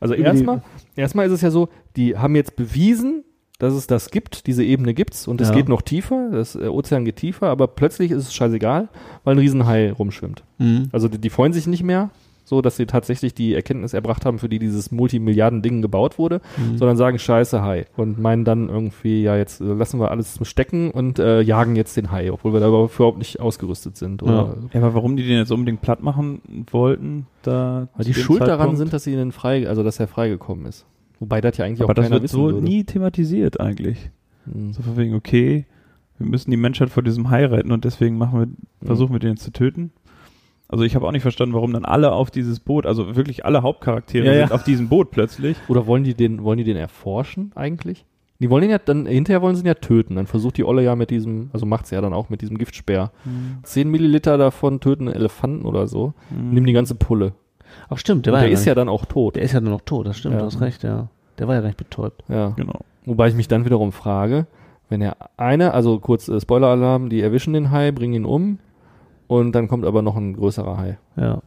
[SPEAKER 3] Also
[SPEAKER 2] Über die-
[SPEAKER 3] erstmal, erstmal ist es ja so, die haben jetzt bewiesen, dass es das gibt, diese Ebene gibt's und es
[SPEAKER 2] Ja.
[SPEAKER 3] geht noch tiefer, das äh, Ozean geht tiefer, aber plötzlich ist es scheißegal, weil ein Riesenhai rumschwimmt.
[SPEAKER 2] Mhm.
[SPEAKER 3] Also die, die freuen sich nicht mehr, so dass sie tatsächlich die Erkenntnis erbracht haben, für die dieses Multimilliarden-Ding gebaut wurde,
[SPEAKER 4] Mhm.
[SPEAKER 3] sondern sagen Scheiße Hai und meinen dann irgendwie, ja jetzt äh, lassen wir alles stecken und äh, jagen jetzt den Hai, obwohl wir da überhaupt nicht ausgerüstet sind. Oder
[SPEAKER 4] Ja, aber warum die den jetzt unbedingt platt machen wollten, da.
[SPEAKER 3] Weil
[SPEAKER 4] zu
[SPEAKER 3] die
[SPEAKER 4] dem
[SPEAKER 3] Schuld daran
[SPEAKER 4] Zeitpunkt-
[SPEAKER 3] sind, dass sie ihn frei, also dass er freigekommen ist. Wobei das ja eigentlich
[SPEAKER 4] Aber
[SPEAKER 3] auch
[SPEAKER 4] das
[SPEAKER 3] keiner
[SPEAKER 4] wird
[SPEAKER 3] wissen
[SPEAKER 4] so
[SPEAKER 3] würde.
[SPEAKER 4] nie thematisiert eigentlich.
[SPEAKER 3] Hm.
[SPEAKER 4] So von wegen, okay, wir müssen die Menschheit vor diesem Hai retten und deswegen
[SPEAKER 2] Mhm.
[SPEAKER 4] machen wir, versuchen wir den jetzt zu töten. Also ich habe auch nicht verstanden, warum dann alle auf dieses Boot, also wirklich alle Hauptcharaktere
[SPEAKER 2] Ja, ja.
[SPEAKER 4] sind auf diesem Boot plötzlich.
[SPEAKER 3] Oder wollen die den, wollen die den erforschen eigentlich? Die wollen ihn ja dann, hinterher wollen sie ihn ja töten. Dann versucht die Olle ja mit diesem, also macht sie ja dann auch mit diesem Giftspeer.
[SPEAKER 2] Hm.
[SPEAKER 3] Zehn 10 Milliliter davon töten Elefanten oder so. Nimm die ganze Pulle.
[SPEAKER 2] Ach stimmt,
[SPEAKER 3] Der,
[SPEAKER 2] Hm. war
[SPEAKER 3] der
[SPEAKER 2] ja
[SPEAKER 3] ist ja dann auch tot.
[SPEAKER 2] der ist ja nur noch tot, das stimmt,
[SPEAKER 3] Ja.
[SPEAKER 2] du hast recht, ja. Der war ja gar nicht betäubt.
[SPEAKER 3] Ja.
[SPEAKER 4] Genau.
[SPEAKER 3] Wobei ich mich dann wiederum frage, wenn er eine, also kurz äh, Spoiler-Alarm, die erwischen den Hai, bringen ihn um und dann kommt aber noch ein größerer Hai.
[SPEAKER 2] Ja.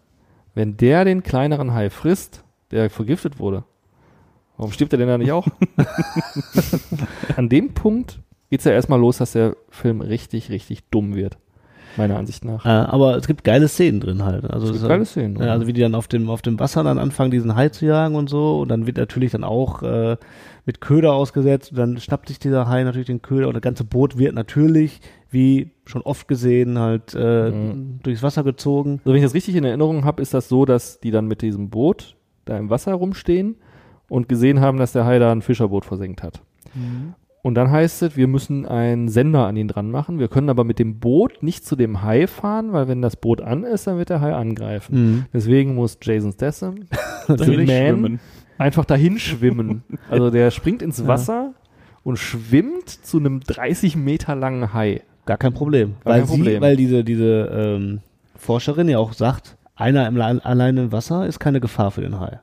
[SPEAKER 3] Wenn der den kleineren Hai frisst, der vergiftet wurde, warum stirbt er denn da nicht auch? An dem Punkt geht's ja erstmal los, dass der Film richtig, richtig dumm wird. Meiner Ansicht nach.
[SPEAKER 2] Äh, aber es gibt geile Szenen drin halt. Also es
[SPEAKER 3] gibt
[SPEAKER 2] ist-
[SPEAKER 3] geile Szenen,
[SPEAKER 2] Ja,
[SPEAKER 3] ja.
[SPEAKER 2] also wie die dann auf dem, auf dem Wasser dann anfangen, diesen Hai zu jagen und so. Und dann wird natürlich dann auch äh, mit Köder ausgesetzt. Und dann schnappt sich dieser Hai natürlich den Köder und das ganze Boot wird natürlich, wie schon oft gesehen, halt äh, durchs Wasser gezogen.
[SPEAKER 3] Also wenn ich das richtig in Erinnerung habe, ist das so, dass die dann mit diesem Boot da im Wasser rumstehen und gesehen haben, dass der Hai da ein Fischerboot versenkt hat.
[SPEAKER 2] Mhm.
[SPEAKER 3] Und dann heißt es, wir müssen einen Sender an ihn dran machen. Wir können aber mit dem Boot nicht zu dem Hai fahren, weil wenn das Boot an ist, dann wird der Hai
[SPEAKER 2] Mhm.
[SPEAKER 3] angreifen. Deswegen muss Jason Statham
[SPEAKER 4] Natürlich
[SPEAKER 3] Man
[SPEAKER 4] schwimmen.
[SPEAKER 3] einfach dahin schwimmen. Also der springt ins Wasser und schwimmt zu einem 30 Meter langen Hai.
[SPEAKER 2] Gar kein Problem.
[SPEAKER 3] Gar
[SPEAKER 2] weil
[SPEAKER 3] kein Problem.
[SPEAKER 2] sie, weil diese, diese ähm, Forscherin ja auch sagt, einer im, La- allein im Wasser ist keine Gefahr für den Hai.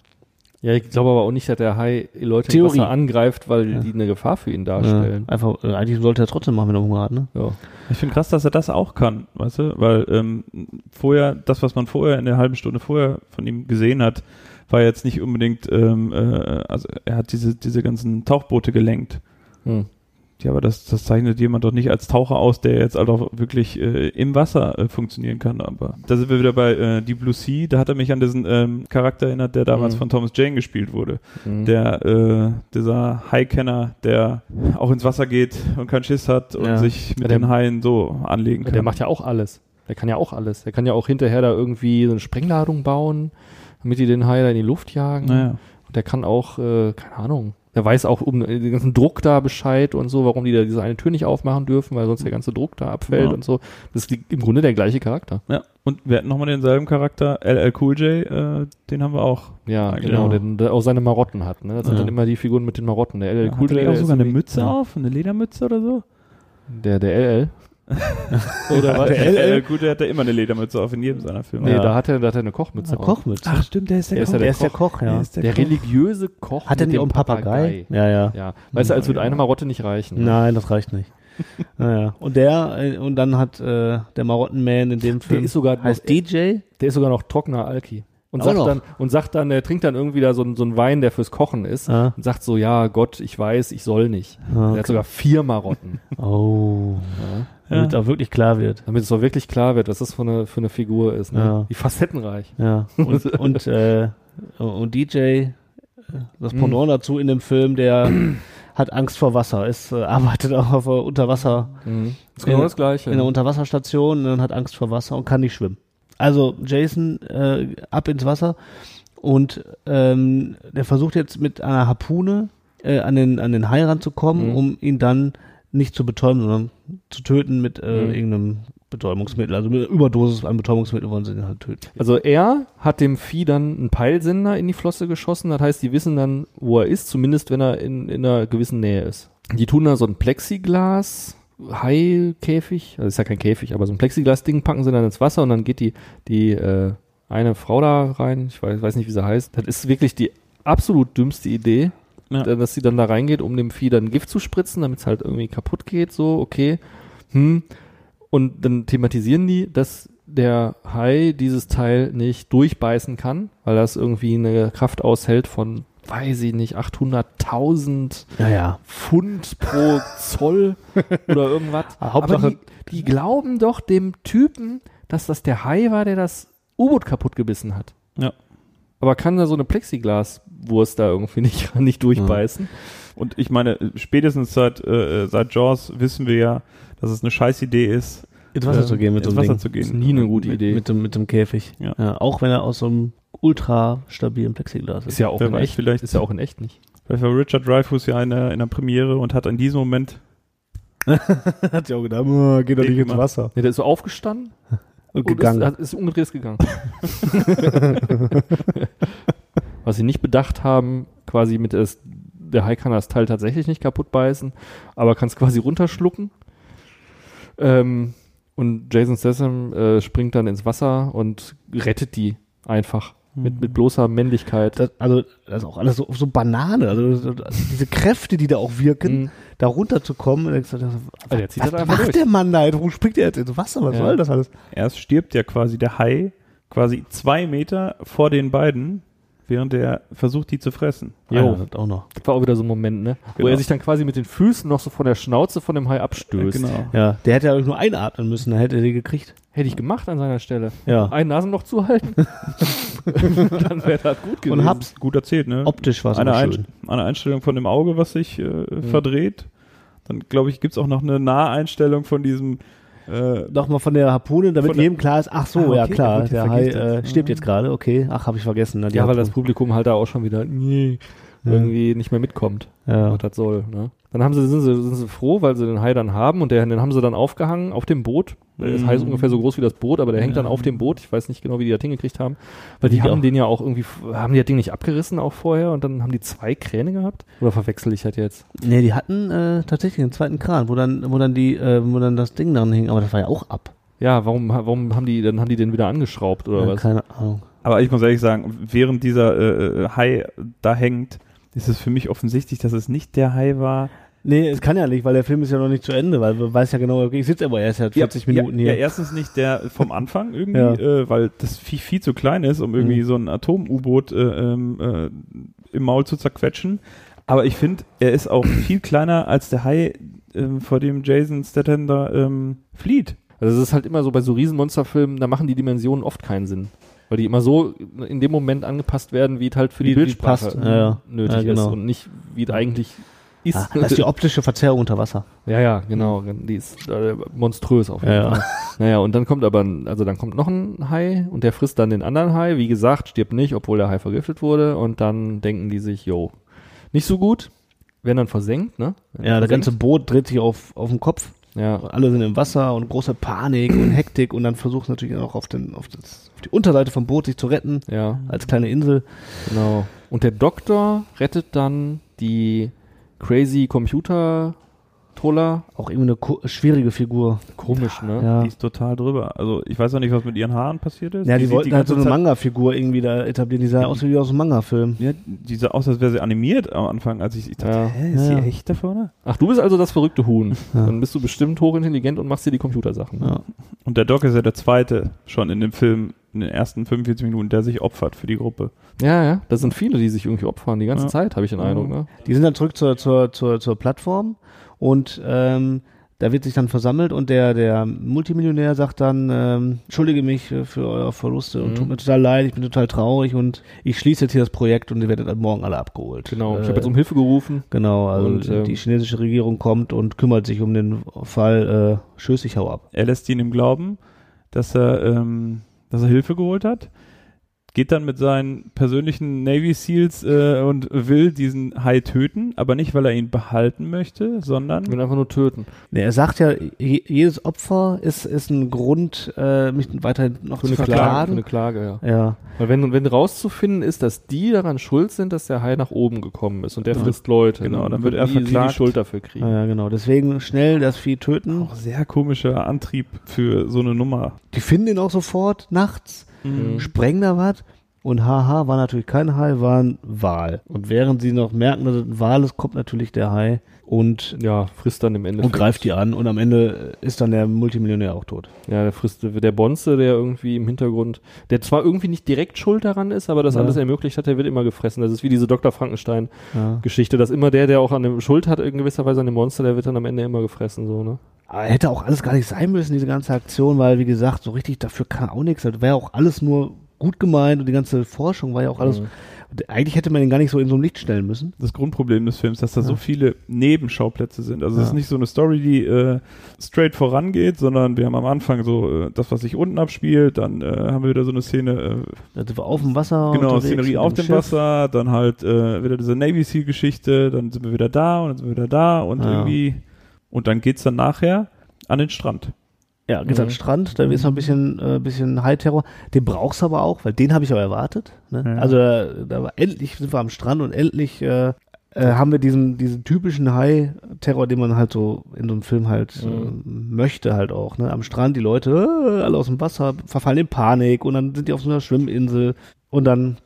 [SPEAKER 3] Ja, ich glaube aber auch nicht, dass der Hai Leute
[SPEAKER 2] Theorie.
[SPEAKER 3] im Wasser angreift, weil die eine Gefahr für ihn
[SPEAKER 2] Äh,
[SPEAKER 3] darstellen.
[SPEAKER 2] einfach, äh, eigentlich sollte er trotzdem machen, wenn er Hunger hat, ne?
[SPEAKER 3] Ja.
[SPEAKER 4] Ich finde krass, dass er das auch kann, weißt du? Weil ähm, vorher, das, was man vorher in der halben Stunde vorher von ihm gesehen hat, war jetzt nicht unbedingt, ähm, äh, also er hat diese, diese ganzen Tauchboote gelenkt.
[SPEAKER 3] Hm.
[SPEAKER 4] Ja, aber das, das zeichnet jemand doch nicht als Taucher aus, der jetzt halt auch wirklich äh, im Wasser äh, funktionieren kann. Aber da sind wir wieder bei äh, Die Blue Sea. Da hat er mich an diesen ähm, Charakter erinnert, der damals
[SPEAKER 3] Mhm.
[SPEAKER 4] von Thomas Jane gespielt wurde.
[SPEAKER 3] Mhm.
[SPEAKER 4] Der, äh, dieser Hai-Kenner, der auch ins Wasser geht und keinen Schiss hat und
[SPEAKER 2] Ja.
[SPEAKER 4] sich mit
[SPEAKER 3] Der-
[SPEAKER 4] den Haien so anlegen kann.
[SPEAKER 3] Der macht ja auch alles. Der kann ja auch alles. Der kann ja auch hinterher da irgendwie so eine Sprengladung bauen, damit die den Hai da in die Luft jagen.
[SPEAKER 4] naja.
[SPEAKER 3] Und der kann auch, äh, keine Ahnung, der weiß auch um den ganzen Druck da Bescheid und so, warum die da diese eine Tür nicht aufmachen dürfen, weil sonst der ganze Druck da abfällt
[SPEAKER 4] Ja.
[SPEAKER 3] und so. Das ist die- im Grunde der gleiche Charakter.
[SPEAKER 4] Ja, und wir hatten nochmal denselben Charakter, LL Cool J, äh, den haben wir auch.
[SPEAKER 3] Ja,
[SPEAKER 4] Ja,
[SPEAKER 3] genau,
[SPEAKER 4] genau.
[SPEAKER 3] der, der auch seine Marotten hat. Ne? Das sind
[SPEAKER 4] Ja.
[SPEAKER 3] dann immer die Figuren mit den Marotten. Der LL
[SPEAKER 4] Hat
[SPEAKER 3] Cool
[SPEAKER 4] der
[SPEAKER 3] J,
[SPEAKER 4] auch
[SPEAKER 3] der
[SPEAKER 4] sogar
[SPEAKER 3] ist
[SPEAKER 4] eine
[SPEAKER 3] irgendwie-
[SPEAKER 4] Mütze
[SPEAKER 3] Ja.
[SPEAKER 4] auf, eine Ledermütze oder so?
[SPEAKER 3] Der, der LL. Oder was?
[SPEAKER 4] Der
[SPEAKER 2] LL?
[SPEAKER 4] LL Cool J hat da immer eine Ledermütze auf in jedem seiner Filme.
[SPEAKER 3] Nee,
[SPEAKER 4] Ja.
[SPEAKER 3] da hat er, da hat er eine Kochmütze.
[SPEAKER 2] Eine
[SPEAKER 3] auf.
[SPEAKER 2] Kochmütze.
[SPEAKER 4] Ach stimmt, der ist der,
[SPEAKER 3] Der ist ja
[SPEAKER 2] der ist der Koch, ja.
[SPEAKER 4] Der ist der,
[SPEAKER 3] Der
[SPEAKER 4] Koch.
[SPEAKER 3] religiöse Koch.
[SPEAKER 2] Hat er
[SPEAKER 3] mit
[SPEAKER 2] nicht auch einen
[SPEAKER 3] dem
[SPEAKER 2] Papagei? Ja, ja.
[SPEAKER 3] Ja. Weißt du, als würde eine Marotte nicht reichen.
[SPEAKER 2] Nein, das reicht nicht. naja. Und der, äh, und dann hat äh, der Marottenman in dem Film.
[SPEAKER 3] ist sogar noch-
[SPEAKER 2] heißt DJ?
[SPEAKER 3] Der ist sogar noch trockener Alki. Und
[SPEAKER 2] Auch
[SPEAKER 3] sagt,
[SPEAKER 2] noch.
[SPEAKER 3] dann, und sagt dann, er trinkt dann irgendwie da so, einen- so einen Wein, der fürs Kochen ist.
[SPEAKER 2] Ah.
[SPEAKER 3] Und sagt so, ja, Gott, ich weiß, ich soll nicht.
[SPEAKER 2] Ah,
[SPEAKER 3] Er hat sogar vier Marotten.
[SPEAKER 2] Oh. Damit auch wirklich klar wird.
[SPEAKER 3] damit es doch wirklich klar wird, was das für eine, für eine Figur ist. Ne?
[SPEAKER 2] Ja.
[SPEAKER 3] Wie facettenreich.
[SPEAKER 2] Ja. Und, und, äh, und DJ, äh, das Pendant dazu in dem Film, der hat Angst vor Wasser, ist, äh, arbeitet auch auf äh, Unterwasser,
[SPEAKER 3] Das ist genau
[SPEAKER 2] In-
[SPEAKER 3] das Gleiche.
[SPEAKER 2] in einer Unterwasserstation und hat Angst vor Wasser und kann nicht schwimmen. Also Jason äh, ab ins Wasser und ähm, der versucht jetzt mit einer Harpune äh, an den an den Hai ranzukommen,
[SPEAKER 3] Mhm.
[SPEAKER 2] um ihn dann nicht zu betäuben, sondern zu töten mit äh,
[SPEAKER 3] Mhm.
[SPEAKER 2] irgendeinem Betäubungsmittel. Also mit einer Überdosis an Betäubungsmittel wollen sie ihn halt töten.
[SPEAKER 3] Also er hat dem Vieh dann einen Peilsender in die Flosse geschossen. Das heißt, die wissen dann, wo er ist, zumindest wenn er in, in einer gewissen Nähe ist. Die tun da so ein Plexiglas. Hai-Käfig, also ist ja kein Käfig, aber so ein Plexiglas-Ding packen sie dann ins Wasser und dann geht die, die äh, eine Frau da rein, ich weiß, weiß nicht, wie sie heißt. Das ist wirklich die absolut dümmste Idee,
[SPEAKER 4] Ja.
[SPEAKER 3] da- dass sie dann da reingeht, um dem Vieh dann Gift zu spritzen, damit es halt irgendwie kaputt geht, so, okay. Hm, und dann thematisieren die, dass der Hai dieses Teil nicht durchbeißen kann, weil das irgendwie eine Kraft aushält von, weiß ich nicht, 800.000
[SPEAKER 2] Naja.
[SPEAKER 3] Pfund pro Zoll oder irgendwas.
[SPEAKER 2] Ah, Hauptsache-
[SPEAKER 3] Aber die, die glauben doch dem Typen, dass das der Hai war, der das U-Boot kaputt gebissen hat.
[SPEAKER 4] Ja.
[SPEAKER 3] Aber kann da so eine Plexiglaswurst da irgendwie nicht, nicht durchbeißen?
[SPEAKER 4] Und ich meine, spätestens seit, äh, seit Jaws wissen wir ja, dass es eine Scheißidee ist,
[SPEAKER 2] Ins Wasser
[SPEAKER 4] äh,
[SPEAKER 2] zu gehen mit
[SPEAKER 4] ins
[SPEAKER 2] so einem
[SPEAKER 4] Wasser
[SPEAKER 2] Ding.
[SPEAKER 4] zu
[SPEAKER 3] Ist
[SPEAKER 4] gehen.
[SPEAKER 3] nie eine gute Idee.
[SPEAKER 2] Mit dem, mit dem Käfig.
[SPEAKER 4] Ja.
[SPEAKER 2] auch wenn er aus so einem ultra stabilen Plexiglas ist.
[SPEAKER 3] ist ja auch
[SPEAKER 4] Wer
[SPEAKER 3] in
[SPEAKER 4] weiß,
[SPEAKER 3] echt,
[SPEAKER 4] vielleicht-
[SPEAKER 3] ist ja auch in echt nicht.
[SPEAKER 4] Weil war Richard Dreyfuss ja in der, in der Premiere und hat in diesem Moment
[SPEAKER 2] hat ja auch gedacht, oh, geht doch
[SPEAKER 4] nicht ins
[SPEAKER 2] Wasser.
[SPEAKER 3] Ja, der ist so aufgestanden
[SPEAKER 2] Und
[SPEAKER 3] und
[SPEAKER 2] gegangen.
[SPEAKER 3] Ist, hat- ist umgedreht ist gegangen. Was sie nicht bedacht haben, quasi mit es, der Hai kann das Teil tatsächlich nicht kaputt beißen, aber kann es quasi runterschlucken. Ähm, und Jason Statham äh, springt dann ins Wasser und rettet die einfach mit, mit bloßer Männlichkeit.
[SPEAKER 2] das, also, das ist auch alles so, so Banane. Also, so- diese Kräfte, die da auch wirken,
[SPEAKER 3] Mhm.
[SPEAKER 2] da runterzukommen. Und dann gesagt, was
[SPEAKER 3] Also, der zieht
[SPEAKER 2] was
[SPEAKER 3] das einfach
[SPEAKER 2] macht
[SPEAKER 3] durch.
[SPEAKER 2] der Mann da? jetzt? Warum springt der jetzt ins Wasser? Was
[SPEAKER 3] Ja.
[SPEAKER 2] soll das alles?
[SPEAKER 4] erst stirbt ja quasi der Hai quasi zwei Meter vor den beiden, während er versucht, die zu fressen.
[SPEAKER 3] Jo.
[SPEAKER 2] Ah, das auch noch.
[SPEAKER 3] Das war auch wieder so ein Moment, ne? Wo
[SPEAKER 4] Genau.
[SPEAKER 3] er sich dann quasi mit den Füßen noch so von der Schnauze von dem Hai abstößt.
[SPEAKER 4] Genau.
[SPEAKER 2] Ja, der hätte ja eigentlich nur einatmen müssen, dann hätte er die gekriegt.
[SPEAKER 3] Hätte ich gemacht an seiner Stelle.
[SPEAKER 2] Ja.
[SPEAKER 3] Ein Nasenloch zu halten. dann wäre das gut gewesen.
[SPEAKER 2] Und hab's
[SPEAKER 4] Gut erzählt, ne?
[SPEAKER 2] optisch was
[SPEAKER 4] eine,
[SPEAKER 2] schön.
[SPEAKER 4] Einst- eine Einstellung von dem Auge, was sich äh, verdreht. Dann, glaube ich, gibt's auch noch eine Naheinstellung von diesem äh,
[SPEAKER 2] Nochmal von der Harpune, damit
[SPEAKER 4] Von der-
[SPEAKER 2] jedem klar ist, ach so,
[SPEAKER 4] Ah, okay,
[SPEAKER 2] ja klar,
[SPEAKER 4] der
[SPEAKER 2] der,
[SPEAKER 4] wurde
[SPEAKER 2] Hai
[SPEAKER 4] vergiftet.
[SPEAKER 2] äh, stirbt jetzt gerade, okay, ach, habe ich vergessen. ne, die
[SPEAKER 3] Mhm. Ja, weil das
[SPEAKER 2] Harpune.
[SPEAKER 3] Publikum halt da auch schon wieder nee, irgendwie nicht mehr mitkommt,
[SPEAKER 2] Ja.
[SPEAKER 3] was das soll. Ne? Dann haben sie, sind, sie, sind sie froh, weil sie den Hai dann haben und der, den haben sie dann aufgehangen auf dem Boot. Das Hai ist ungefähr so groß wie das Boot, aber der hängt dann auf dem Boot. Ich weiß nicht genau, wie die das hingekriegt haben. Weil die
[SPEAKER 2] Die
[SPEAKER 3] haben
[SPEAKER 2] auch.
[SPEAKER 3] den ja auch irgendwie, haben die das Ding nicht abgerissen auch vorher und dann haben die zwei Kräne gehabt? Oder verwechsel ich das jetzt?
[SPEAKER 2] Nee, die hatten äh, tatsächlich einen zweiten Kran, wo dann, wo dann die, äh, wo dann das Ding dran hing, aber das war ja auch ab.
[SPEAKER 3] Ja, warum, warum haben die, dann haben die den wieder angeschraubt oder
[SPEAKER 2] Ja,
[SPEAKER 3] was?
[SPEAKER 2] keine Ahnung.
[SPEAKER 4] Aber ich muss ehrlich sagen, während dieser äh, Hai da hängt, ist es für mich offensichtlich, dass es nicht der Hai war.
[SPEAKER 2] Nee, es kann ja nicht, weil der Film ist ja noch nicht zu Ende, weil man weiß ja genau, okay, ich sitze aber erst seit 40 Minuten
[SPEAKER 4] ja,
[SPEAKER 2] hier.
[SPEAKER 4] Ja, erstens nicht der vom Anfang irgendwie,
[SPEAKER 2] Ja. Mhm.
[SPEAKER 4] äh, weil das Vieh viel zu klein ist, um irgendwie so ein Atom-U-Boot äh, ähm, äh, im Maul zu zerquetschen. Aber ich finde, er ist auch viel kleiner als der Hai, ähm, vor dem Jason Statham da ähm, flieht.
[SPEAKER 3] Also es ist halt immer so bei so Riesenmonsterfilmen, da machen die Dimensionen oft keinen Sinn. Weil die immer so in dem Moment angepasst werden, wie es halt für die,
[SPEAKER 2] Wie- wie
[SPEAKER 3] Bildsprache
[SPEAKER 2] passt, ja, ja.
[SPEAKER 3] nötig
[SPEAKER 2] Ja, genau.
[SPEAKER 3] ist und nicht, wie es eigentlich ist.
[SPEAKER 2] Ah, das ist die optische Verzerrung unter Wasser.
[SPEAKER 3] ja, ja, genau. Die ist äh, monströs auf jeden
[SPEAKER 2] Ja, ja.
[SPEAKER 3] Fall. Naja, und dann kommt aber, ein- also dann kommt noch ein Hai und der frisst dann den anderen Hai. Wie gesagt, stirbt nicht, obwohl der Hai vergiftet wurde. Und dann denken die sich, yo, nicht so gut. Werden dann versenkt, ne? Werden
[SPEAKER 2] Ja, das
[SPEAKER 3] versenkt.
[SPEAKER 2] ganze Boot dreht sich auf, auf den Kopf.
[SPEAKER 3] Ja,
[SPEAKER 2] Alle sind im Wasser und große Panik und Hektik und dann versucht natürlich auch auf, den, auf, das, auf die Unterseite vom Boot sich zu retten,
[SPEAKER 3] ja.
[SPEAKER 2] als kleine Insel.
[SPEAKER 3] Genau. Und der Doktor rettet dann die crazy Computer Toller.
[SPEAKER 2] Auch irgendwie eine ko- schwierige Figur.
[SPEAKER 3] Komisch, ne?
[SPEAKER 2] Ja,
[SPEAKER 4] Die ist total drüber. Also ich weiß auch nicht, was mit ihren Haaren passiert ist.
[SPEAKER 2] ja die,
[SPEAKER 4] sieht
[SPEAKER 2] wollten halt so eine
[SPEAKER 4] ganze Zeit-
[SPEAKER 2] Manga-Figur irgendwie da etablieren, die sah aus wie aus einem Manga-Film.
[SPEAKER 4] Ja, die sah aus, als wäre sie animiert am Anfang, als ich, ich dachte,
[SPEAKER 3] Ja.
[SPEAKER 4] hä, ist
[SPEAKER 2] Ja.
[SPEAKER 4] die echt da vorne?
[SPEAKER 3] Ach, du bist also das verrückte Huhn. Dann bist du bestimmt hochintelligent und machst dir die Computersachen. ne?
[SPEAKER 2] Ja.
[SPEAKER 4] Und der Doc ist ja der zweite schon in dem Film, in den ersten 45 Minuten, der sich opfert für die Gruppe.
[SPEAKER 3] Ja, ja. Da sind viele, die sich irgendwie opfern, die ganze
[SPEAKER 4] Ja.
[SPEAKER 3] Zeit, habe ich den Eindruck. Ne?
[SPEAKER 2] Die sind dann zurück zur, zur, zur, zur Plattform und ähm, da wird sich dann versammelt und der, der Multimillionär sagt dann, ähm, entschuldige mich äh, für eure Verluste und
[SPEAKER 3] Mhm.
[SPEAKER 2] tut mir total leid, ich bin total traurig und ich schließe jetzt hier das Projekt und ihr werdet ab morgen alle abgeholt.
[SPEAKER 3] Genau. Ich
[SPEAKER 2] Äh,
[SPEAKER 3] habe jetzt um Hilfe gerufen.
[SPEAKER 2] genau, also
[SPEAKER 3] und, ähm,
[SPEAKER 2] die chinesische Regierung kommt und kümmert sich um den Fall, äh, tschüss, ich hau ab.
[SPEAKER 4] Er lässt ihn im Glauben, dass er, ähm, dass er Hilfe geholt hat, geht dann mit seinen persönlichen Navy Seals äh, und will diesen Hai töten, aber nicht, weil er ihn behalten möchte,
[SPEAKER 3] Ich
[SPEAKER 4] sondern
[SPEAKER 3] will einfach nur töten.
[SPEAKER 2] Nee, er sagt ja, je, jedes Opfer ist, ist ein Grund, äh, mich weiterhin noch zu
[SPEAKER 3] Für eine
[SPEAKER 2] verklagen.
[SPEAKER 3] Klage, ja.
[SPEAKER 2] Ja,
[SPEAKER 3] Weil wenn, wenn rauszufinden ist, dass die daran schuld sind, dass der Hai nach oben gekommen ist und der frisst Leute. ne?
[SPEAKER 4] genau, dann wird er
[SPEAKER 3] die, sie die
[SPEAKER 4] verklagt.
[SPEAKER 3] Schuld dafür kriegen.
[SPEAKER 2] ja, genau. Deswegen schnell das Vieh töten.
[SPEAKER 4] auch sehr komischer Antrieb für so eine Nummer.
[SPEAKER 2] Die finden ihn auch sofort nachts,
[SPEAKER 3] Mhm.
[SPEAKER 2] sprengen da was. Und haha, war natürlich kein Hai, war ein Wal. Und während sie noch merken, dass es ein Wal ist, kommt natürlich der Hai und,
[SPEAKER 3] Ja, frisst dann im Endeffekt.
[SPEAKER 2] und greift die an. Und am Ende ist dann der Multimillionär auch tot.
[SPEAKER 3] Ja, der frisst der Bonze, der irgendwie im Hintergrund, der zwar irgendwie nicht direkt schuld daran ist, aber das
[SPEAKER 2] Ja.
[SPEAKER 3] alles ermöglicht hat, der wird immer gefressen. Das ist wie diese Dr. Frankenstein-Geschichte,
[SPEAKER 2] Ja.
[SPEAKER 3] dass immer der, der auch an dem Schuld hat, in gewisser Weise an dem Monster, der wird dann am Ende immer gefressen, so, ne?
[SPEAKER 2] Aber hätte auch alles gar nicht sein müssen, diese ganze Aktion, weil, wie gesagt, so richtig dafür kann er auch nichts. Das wäre auch alles nur gut gemeint und die ganze Forschung war ja auch alles. Eigentlich hätte man ihn gar nicht so in so einem Licht stellen müssen.
[SPEAKER 4] Das Grundproblem des Films, dass da so viele Nebenschauplätze sind. Also es ist nicht so eine Story, die äh, straight vorangeht, sondern wir haben am Anfang so äh, das, was sich unten abspielt, dann äh, haben wir wieder so eine Szene, äh,
[SPEAKER 2] Da sind wir Also auf dem Wasser.
[SPEAKER 4] Genau,
[SPEAKER 2] unterwegs
[SPEAKER 4] Szenerie
[SPEAKER 2] mit
[SPEAKER 4] auf dem
[SPEAKER 2] Schiff.
[SPEAKER 4] Wasser, dann halt äh, wieder diese Navy Seal-Geschichte, dann sind wir wieder da und dann sind wir wieder da und
[SPEAKER 2] Ja.
[SPEAKER 4] irgendwie. Und dann geht's dann nachher an den Strand.
[SPEAKER 2] Ja, geht's an den Strand, da ist noch ein bisschen, äh, bisschen High-Terror. Den brauchst du aber auch, weil den habe ich aber erwartet. Ne?
[SPEAKER 4] Ja.
[SPEAKER 2] Also da, da war endlich sind wir am Strand und endlich äh, äh, haben wir diesen, diesen typischen High-Terror, den man halt so in so einem Film halt äh, möchte halt auch. Ne? Am Strand die Leute äh, alle aus dem Wasser verfallen in Panik und dann sind die auf so einer Schwimminsel und dann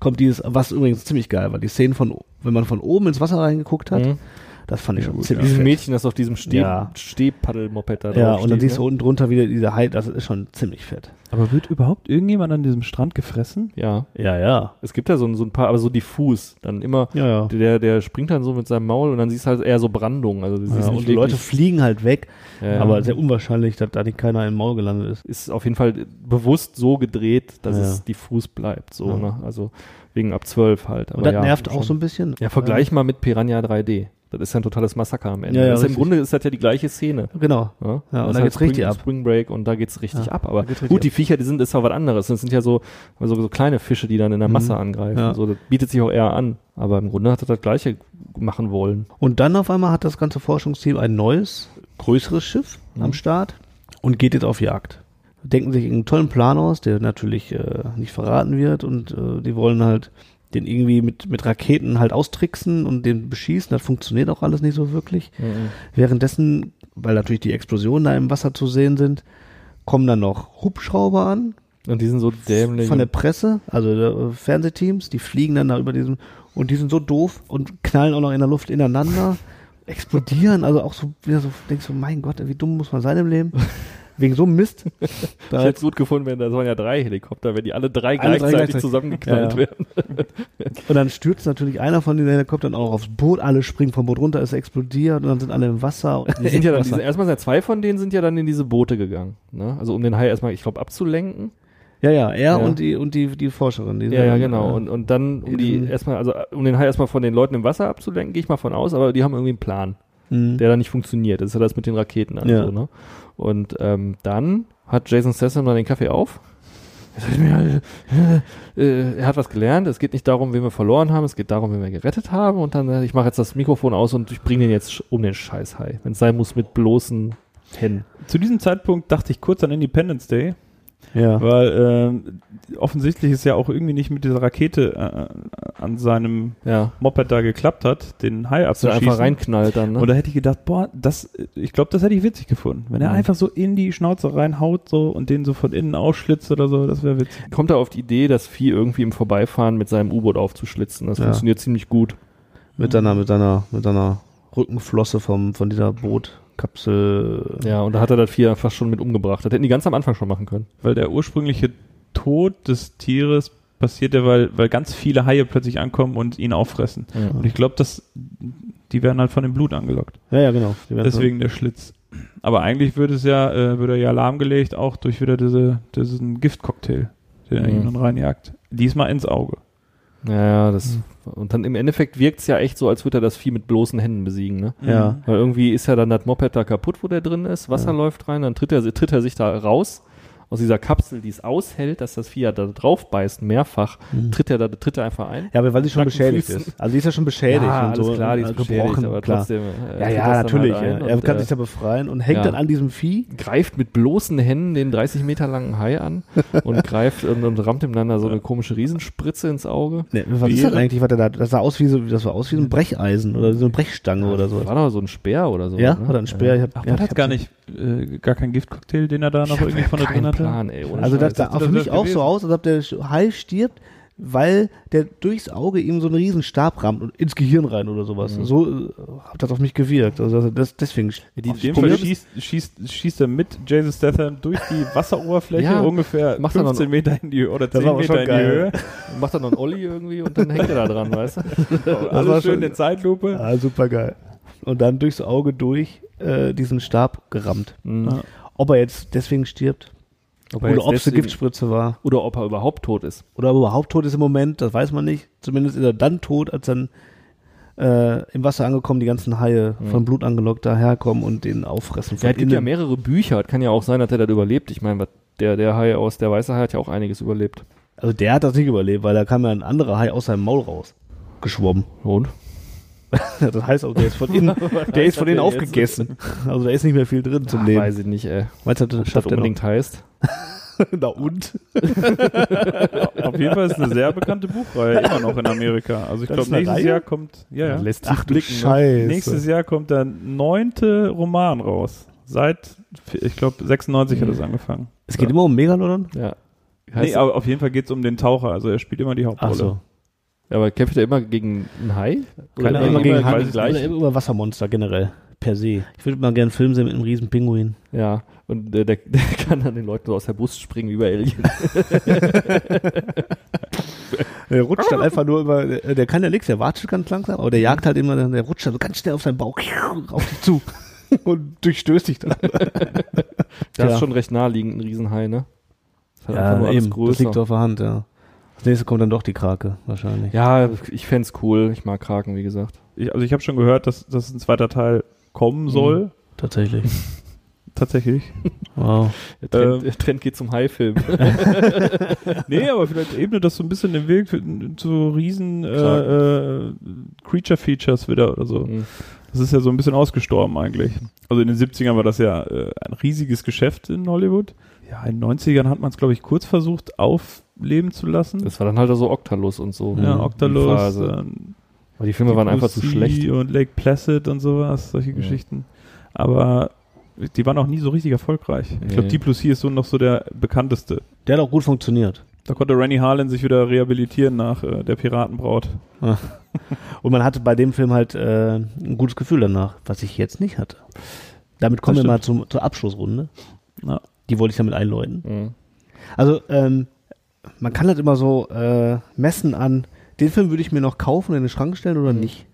[SPEAKER 2] kommt dieses, was übrigens ziemlich geil war, die Szenen von, o- wenn man von oben ins Wasser reingeguckt hat,
[SPEAKER 3] Mhm.
[SPEAKER 2] das fand ich schon
[SPEAKER 3] Mit
[SPEAKER 2] ziemlich
[SPEAKER 3] Diesem
[SPEAKER 2] fett.
[SPEAKER 3] Mädchen, das auf diesem Steh
[SPEAKER 2] Ja.
[SPEAKER 3] Stehpaddelmoped da ne?
[SPEAKER 2] Ja,
[SPEAKER 3] drauf
[SPEAKER 2] und dann
[SPEAKER 3] steht,
[SPEAKER 2] siehst du unten drunter wieder diese High, das ist schon ziemlich fett.
[SPEAKER 4] Aber wird überhaupt irgendjemand an diesem Strand gefressen?
[SPEAKER 3] ne? Ja.
[SPEAKER 2] Ja, ja.
[SPEAKER 3] Es gibt ja so, ein- so ein paar, aber so diffus. Dann immer,
[SPEAKER 2] Ja, ja.
[SPEAKER 3] der, der springt dann so mit seinem Maul und dann siehst du halt eher so Brandung. Also du siehst
[SPEAKER 2] ja
[SPEAKER 3] nicht
[SPEAKER 2] und die Leute
[SPEAKER 3] wirklich-
[SPEAKER 2] fliegen halt weg,
[SPEAKER 3] Ja.
[SPEAKER 2] aber sehr unwahrscheinlich, dass da nicht keiner im Maul gelandet ist.
[SPEAKER 3] ist auf jeden Fall bewusst so gedreht, dass
[SPEAKER 2] Ja.
[SPEAKER 3] es diffus bleibt, so,
[SPEAKER 2] Ja.
[SPEAKER 3] ne? Also wegen ab 12 halt.
[SPEAKER 2] Und
[SPEAKER 3] Aber
[SPEAKER 2] das
[SPEAKER 3] ja,
[SPEAKER 2] nervt auch
[SPEAKER 3] schon.
[SPEAKER 2] so ein bisschen.
[SPEAKER 3] Ja, vergleich mal mit Piranha 3D. Das ist ja ein totales Massaker am Ende.
[SPEAKER 2] Ja, ja,
[SPEAKER 3] das ist Im
[SPEAKER 2] richtig.
[SPEAKER 3] Grunde ist das ja die gleiche Szene.
[SPEAKER 2] Ja, Genau.
[SPEAKER 3] Ja,
[SPEAKER 2] Ja, und
[SPEAKER 3] Das
[SPEAKER 2] da
[SPEAKER 3] ist halt
[SPEAKER 2] geht's richtig
[SPEAKER 3] Spring,
[SPEAKER 2] ab.
[SPEAKER 3] Spring Break und da geht's richtig
[SPEAKER 2] Ja,
[SPEAKER 3] ab. Aber
[SPEAKER 2] da geht's richtig
[SPEAKER 3] gut, die Viecher, die sind, ist ja was anderes. Das sind ja so, also so kleine Fische, die dann in der Masse angreifen.
[SPEAKER 2] Mhm. Ja.
[SPEAKER 3] So, das bietet sich auch eher an. Aber im Grunde hat er das Gleiche machen wollen.
[SPEAKER 2] Und dann auf einmal hat das ganze Forschungsteam ein neues, größeres Schiff am Start und geht jetzt auf Jagd. Denken sich einen tollen Plan aus, der natürlich äh, nicht verraten wird und äh, die wollen halt den irgendwie mit, mit Raketen halt austricksen und den beschießen. Das funktioniert auch alles nicht so wirklich. Währenddessen, weil natürlich die Explosionen da im Wasser zu sehen sind, kommen dann noch Hubschrauber an
[SPEAKER 3] Und die sind so dämlich.
[SPEAKER 2] von der Presse, also der, äh, Fernsehteams, die fliegen dann da über diesen und die sind so doof und knallen auch noch in der Luft ineinander, explodieren, also auch so, wieder so denkst du, mein Gott, wie dumm muss man sein im Leben? Wegen so einem Mist.
[SPEAKER 3] ich
[SPEAKER 2] Da
[SPEAKER 3] hätte es gut gefunden, wenn da waren ja drei Helikopter, wenn die alle drei
[SPEAKER 2] Alle drei
[SPEAKER 3] gleichzeitig,
[SPEAKER 2] gleichzeitig.
[SPEAKER 3] zusammengeknallt
[SPEAKER 2] Ja, ja.
[SPEAKER 3] werden.
[SPEAKER 2] Und dann stürzt natürlich einer von den Helikoptern auch aufs Boot, alle springen vom Boot runter, es explodiert und dann sind alle im Wasser.
[SPEAKER 3] Die sind ja dann, die sind, erstmal sind ja zwei von denen sind ja dann in diese Boote gegangen. Ne? Also um den Hai erstmal, ich glaube, abzulenken.
[SPEAKER 2] ja, ja, er
[SPEAKER 3] Ja.
[SPEAKER 2] und die und die, die Forscherin. Die
[SPEAKER 3] Ja, ja,
[SPEAKER 2] sind,
[SPEAKER 3] genau.
[SPEAKER 2] äh,
[SPEAKER 3] Und, und dann, um die
[SPEAKER 2] Diesen-
[SPEAKER 3] erstmal, also äh, um den Hai erstmal von den Leuten im Wasser abzulenken, gehe ich mal von aus, aber die haben irgendwie einen Plan,
[SPEAKER 2] Mhm.
[SPEAKER 3] der dann nicht funktioniert. Das ist ja das mit den Raketen an.
[SPEAKER 2] Ja.
[SPEAKER 3] So, ne? Und ähm, dann hat Jason Statham dann den Kaffee auf. Er sagt mir, äh, äh, Er hat was gelernt. Es geht nicht darum, wen wir verloren haben. Es geht darum, wen wir gerettet haben. Und dann, äh, ich mache jetzt das Mikrofon aus und ich bringe den jetzt sch- um den Scheiß Hai. Wenn es sein muss, mit bloßen Händen.
[SPEAKER 4] Zu diesem Zeitpunkt dachte ich kurz an Independence Day,
[SPEAKER 2] ja.
[SPEAKER 4] weil ähm, offensichtlich ist ja auch irgendwie nicht mit dieser Rakete äh, an seinem
[SPEAKER 3] Ja.
[SPEAKER 4] Moped da geklappt hat, den Hai
[SPEAKER 3] Dass er
[SPEAKER 4] abzuschießen.
[SPEAKER 3] einfach reinknallt dann. Ne?
[SPEAKER 4] Und da hätte ich gedacht, boah, das, ich glaube, das hätte ich witzig gefunden. Wenn er
[SPEAKER 3] Mhm.
[SPEAKER 4] einfach so in die Schnauze reinhaut so und den so von innen ausschlitzt oder so, das wäre witzig.
[SPEAKER 3] kommt er auf die Idee, das Vieh irgendwie im Vorbeifahren mit seinem U-Boot aufzuschlitzen. Das
[SPEAKER 2] Ja.
[SPEAKER 3] funktioniert ziemlich gut.
[SPEAKER 2] Mit seiner, mit seiner, mit seiner Rückenflosse vom, von dieser Bootkapsel.
[SPEAKER 3] Ja, und da hat er das Vieh einfach schon mit umgebracht. Das hätten die ganz am Anfang schon machen können.
[SPEAKER 4] Weil der ursprüngliche Tod des Tieres passiert ja, weil, weil ganz viele Haie plötzlich ankommen und ihn auffressen.
[SPEAKER 3] Ja.
[SPEAKER 4] Und ich glaube, dass die werden halt von dem Blut angelockt.
[SPEAKER 2] Ja, ja, genau. Die werden so-
[SPEAKER 4] Deswegen der Schlitz. Aber eigentlich würde es ja, äh, würde er ja lahmgelegt, auch durch wieder diese, diesen Giftcocktail, den er
[SPEAKER 3] Mhm.
[SPEAKER 4] ihm dann reinjagt. Diesmal ins Auge.
[SPEAKER 3] Ja, das.
[SPEAKER 2] Hm.
[SPEAKER 3] Und dann im Endeffekt wirkt's ja echt so, als würde er das Vieh mit bloßen Händen besiegen, ne?
[SPEAKER 2] Ja.
[SPEAKER 3] Weil irgendwie ist ja dann das Moped da kaputt, wo der drin ist, Wasser läuft rein, dann tritt er, tritt er sich da raus aus dieser Kapsel, die es aushält, dass das Vieh ja da drauf beißt, mehrfach,
[SPEAKER 2] Hm.
[SPEAKER 3] tritt er da, tritt er einfach ein.
[SPEAKER 2] Ja, aber weil sie schon
[SPEAKER 3] Nacken,
[SPEAKER 2] beschädigt
[SPEAKER 3] Füßen.
[SPEAKER 2] ist. Also die ist ja schon beschädigt
[SPEAKER 3] ja,
[SPEAKER 2] und
[SPEAKER 3] alles
[SPEAKER 2] so.
[SPEAKER 3] klar, die
[SPEAKER 2] und
[SPEAKER 3] ist
[SPEAKER 2] also
[SPEAKER 3] beschädigt, aber
[SPEAKER 2] klar.
[SPEAKER 3] trotzdem. äh,
[SPEAKER 2] Ja,
[SPEAKER 3] tritt
[SPEAKER 2] ja,
[SPEAKER 3] das dann
[SPEAKER 2] natürlich.
[SPEAKER 3] halt ein
[SPEAKER 2] ja. Er
[SPEAKER 3] und,
[SPEAKER 2] kann
[SPEAKER 3] äh,
[SPEAKER 2] sich da befreien und hängt
[SPEAKER 3] ja.
[SPEAKER 2] dann an diesem Vieh.
[SPEAKER 3] greift mit bloßen Händen den 30 Meter langen Hai an und greift und, und rammt ihm dann da so eine komische Riesenspritze ins Auge.
[SPEAKER 2] Ne, was ist das eigentlich, was der da, das sah aus wie so, das sah aus wie so ein Brecheisen oder so eine Brechstange oder so.
[SPEAKER 3] War doch so ein Speer oder so.
[SPEAKER 2] Ja,
[SPEAKER 3] ne?
[SPEAKER 2] oder ein Speer. Ich hab,
[SPEAKER 4] Ach,
[SPEAKER 2] ja,
[SPEAKER 4] man
[SPEAKER 2] ich
[SPEAKER 4] hat
[SPEAKER 2] hab
[SPEAKER 4] gar nicht, äh, gar keinen Giftcocktail, den er da noch irgendwie von da drin
[SPEAKER 3] Kein
[SPEAKER 4] hatte?
[SPEAKER 3] Plan, ey. ohne
[SPEAKER 2] Also das
[SPEAKER 3] Scheiß.
[SPEAKER 2] sah
[SPEAKER 4] das
[SPEAKER 2] für mich
[SPEAKER 4] wär
[SPEAKER 2] auch
[SPEAKER 4] gewesen.
[SPEAKER 2] so aus, als ob der Hai stirbt, weil der durchs Auge ihm so einen riesen Stab rammt und ins Gehirn rein oder sowas.
[SPEAKER 3] Mhm.
[SPEAKER 2] So äh, hat das auf mich gewirkt. Also das, das, deswegen.
[SPEAKER 4] Die, in dem Fall schießt, schießt, schießt er mit Jason Statham durch die Wasseroberfläche
[SPEAKER 3] Ja,
[SPEAKER 4] ungefähr
[SPEAKER 3] macht er dann-
[SPEAKER 4] 15 Meter in die Höhe oder 10
[SPEAKER 2] war aber schon
[SPEAKER 4] Meter in die
[SPEAKER 2] geil.
[SPEAKER 4] Höhe.
[SPEAKER 3] macht dann noch einen Olli irgendwie und dann hängt er da dran, weißt du?
[SPEAKER 4] Alles Also schön in Zeitlupe.
[SPEAKER 2] Ah, super geil. Und dann durchs Auge durch äh, diesen Stab gerammt.
[SPEAKER 3] Mhm.
[SPEAKER 2] Ob er jetzt deswegen stirbt
[SPEAKER 3] Ob er
[SPEAKER 2] oder ob
[SPEAKER 3] jetzt
[SPEAKER 2] es eine
[SPEAKER 3] deswegen-
[SPEAKER 2] Giftspritze war
[SPEAKER 3] Oder ob er überhaupt tot ist.
[SPEAKER 2] oder ob er überhaupt tot ist im Moment, das weiß man nicht. Zumindest ist er dann tot, als dann äh, im Wasser angekommen die ganzen Haie von Blut angelockt daherkommen und den auffressen.
[SPEAKER 3] Mhm. Ja,
[SPEAKER 2] Von
[SPEAKER 3] es gibt ja
[SPEAKER 2] innen.
[SPEAKER 3] mehrere Bücher. Es kann ja auch sein, dass er das überlebt. Ich meine, was- der, der Hai aus der Weiße Hai hat ja auch einiges überlebt.
[SPEAKER 2] Also der hat das nicht überlebt, weil da kam ja ein anderer Hai aus seinem Maul raus. Geschwommen.
[SPEAKER 3] Und?
[SPEAKER 2] Das heißt auch, der ist von innen, der ist von innen aufgegessen. Also da ist nicht mehr viel drin zum Leben.
[SPEAKER 3] Weiß ich nicht, ey.
[SPEAKER 2] Meinst du, das
[SPEAKER 3] Statt
[SPEAKER 2] schafft er noch?
[SPEAKER 3] unbedingt heißt.
[SPEAKER 2] Na und?
[SPEAKER 4] Auf jeden Fall ist eine sehr bekannte Buchreihe immer noch in Amerika. Also ich
[SPEAKER 2] Das
[SPEAKER 4] glaube,
[SPEAKER 2] ist eine
[SPEAKER 4] nächstes
[SPEAKER 2] Reihe?
[SPEAKER 4] Jahr kommt, ja, ja.
[SPEAKER 3] Lässt sich blicken. ne?
[SPEAKER 2] Scheiße.
[SPEAKER 4] nächstes Jahr kommt der neunte Roman raus. Seit, ich glaube, 96 hat es angefangen.
[SPEAKER 2] Es geht immer um Megalodon?
[SPEAKER 3] Ja.
[SPEAKER 4] Nee,
[SPEAKER 3] Heißt,
[SPEAKER 4] aber auf jeden Fall geht es um den Taucher. Also er spielt immer die Hauptrolle.
[SPEAKER 3] aber kämpft er immer gegen einen Hai? Oder
[SPEAKER 4] Keine
[SPEAKER 3] immer
[SPEAKER 4] Ahnung,
[SPEAKER 3] gegen
[SPEAKER 4] weiß
[SPEAKER 3] den
[SPEAKER 4] ich
[SPEAKER 3] gleichen?
[SPEAKER 2] Oder über Wassermonster generell. Per se. Ich würde mal gerne einen Film sehen mit einem riesen Pinguin.
[SPEAKER 3] Ja, und äh, der, der kann dann den Leuten so aus der Brust springen wie bei Alien.
[SPEAKER 2] Der rutscht dann einfach nur über, der der kann ja nichts, der wartet ganz langsam, aber der jagt halt immer, dann- der rutscht dann so ganz schnell auf seinen Bauch auf dich zu und durchstößt dich dann.
[SPEAKER 3] Das
[SPEAKER 2] Ja.
[SPEAKER 3] ist schon recht naheliegend, ein Riesenhai, ne? Das hat
[SPEAKER 2] Ja, eben, das
[SPEAKER 3] größer.
[SPEAKER 2] liegt auf der Hand, ja. Als nächstes kommt dann doch die Krake, wahrscheinlich.
[SPEAKER 3] ja, ich fänd's cool. Ich mag Kraken, wie gesagt.
[SPEAKER 4] Ich, also ich habe schon gehört, dass, dass ein zweiter Teil kommen soll.
[SPEAKER 2] Tatsächlich.
[SPEAKER 4] Tatsächlich.
[SPEAKER 2] Wow.
[SPEAKER 3] Der Trend,
[SPEAKER 4] Ähm.
[SPEAKER 3] der Trend geht zum Hai-Film.
[SPEAKER 4] Nee, aber vielleicht ebnet das so ein bisschen den Weg für, zu riesen äh, äh, Creature-Features wieder oder so.
[SPEAKER 3] Mhm.
[SPEAKER 4] Das ist ja so ein bisschen ausgestorben eigentlich. Also in den 70ern war das ja äh, ein riesiges Geschäft in Hollywood. Ja, in den 90ern hat man es, glaube ich, kurz versucht aufleben zu lassen.
[SPEAKER 3] das war dann halt so Octalus und so.
[SPEAKER 4] ja,
[SPEAKER 3] Die
[SPEAKER 4] Octalus,
[SPEAKER 3] Phase.
[SPEAKER 4] dann
[SPEAKER 3] Aber die Filme
[SPEAKER 4] die
[SPEAKER 3] waren einfach zu
[SPEAKER 4] Bruce
[SPEAKER 3] schlecht.
[SPEAKER 4] Lee und Lake Placid und sowas, solche
[SPEAKER 3] Ja.
[SPEAKER 4] Geschichten. Aber die waren auch nie so richtig erfolgreich. Ich glaube,
[SPEAKER 3] Nee.
[SPEAKER 4] D plus C ist so noch so der bekannteste.
[SPEAKER 2] Der hat auch gut funktioniert.
[SPEAKER 4] Da konnte Rennie Harlan sich wieder rehabilitieren nach äh, der Piratenbraut.
[SPEAKER 2] Und man hatte bei dem Film halt äh, ein gutes Gefühl danach, was ich jetzt nicht hatte. Damit kommen wir mal zum, zur Abschlussrunde.
[SPEAKER 4] Ja.
[SPEAKER 2] Die wollte ich damit einläuten.
[SPEAKER 3] Mhm.
[SPEAKER 2] Also, ähm, man kann das immer so äh, messen an, den Film würde ich mir noch kaufen und in den Schrank stellen oder nicht.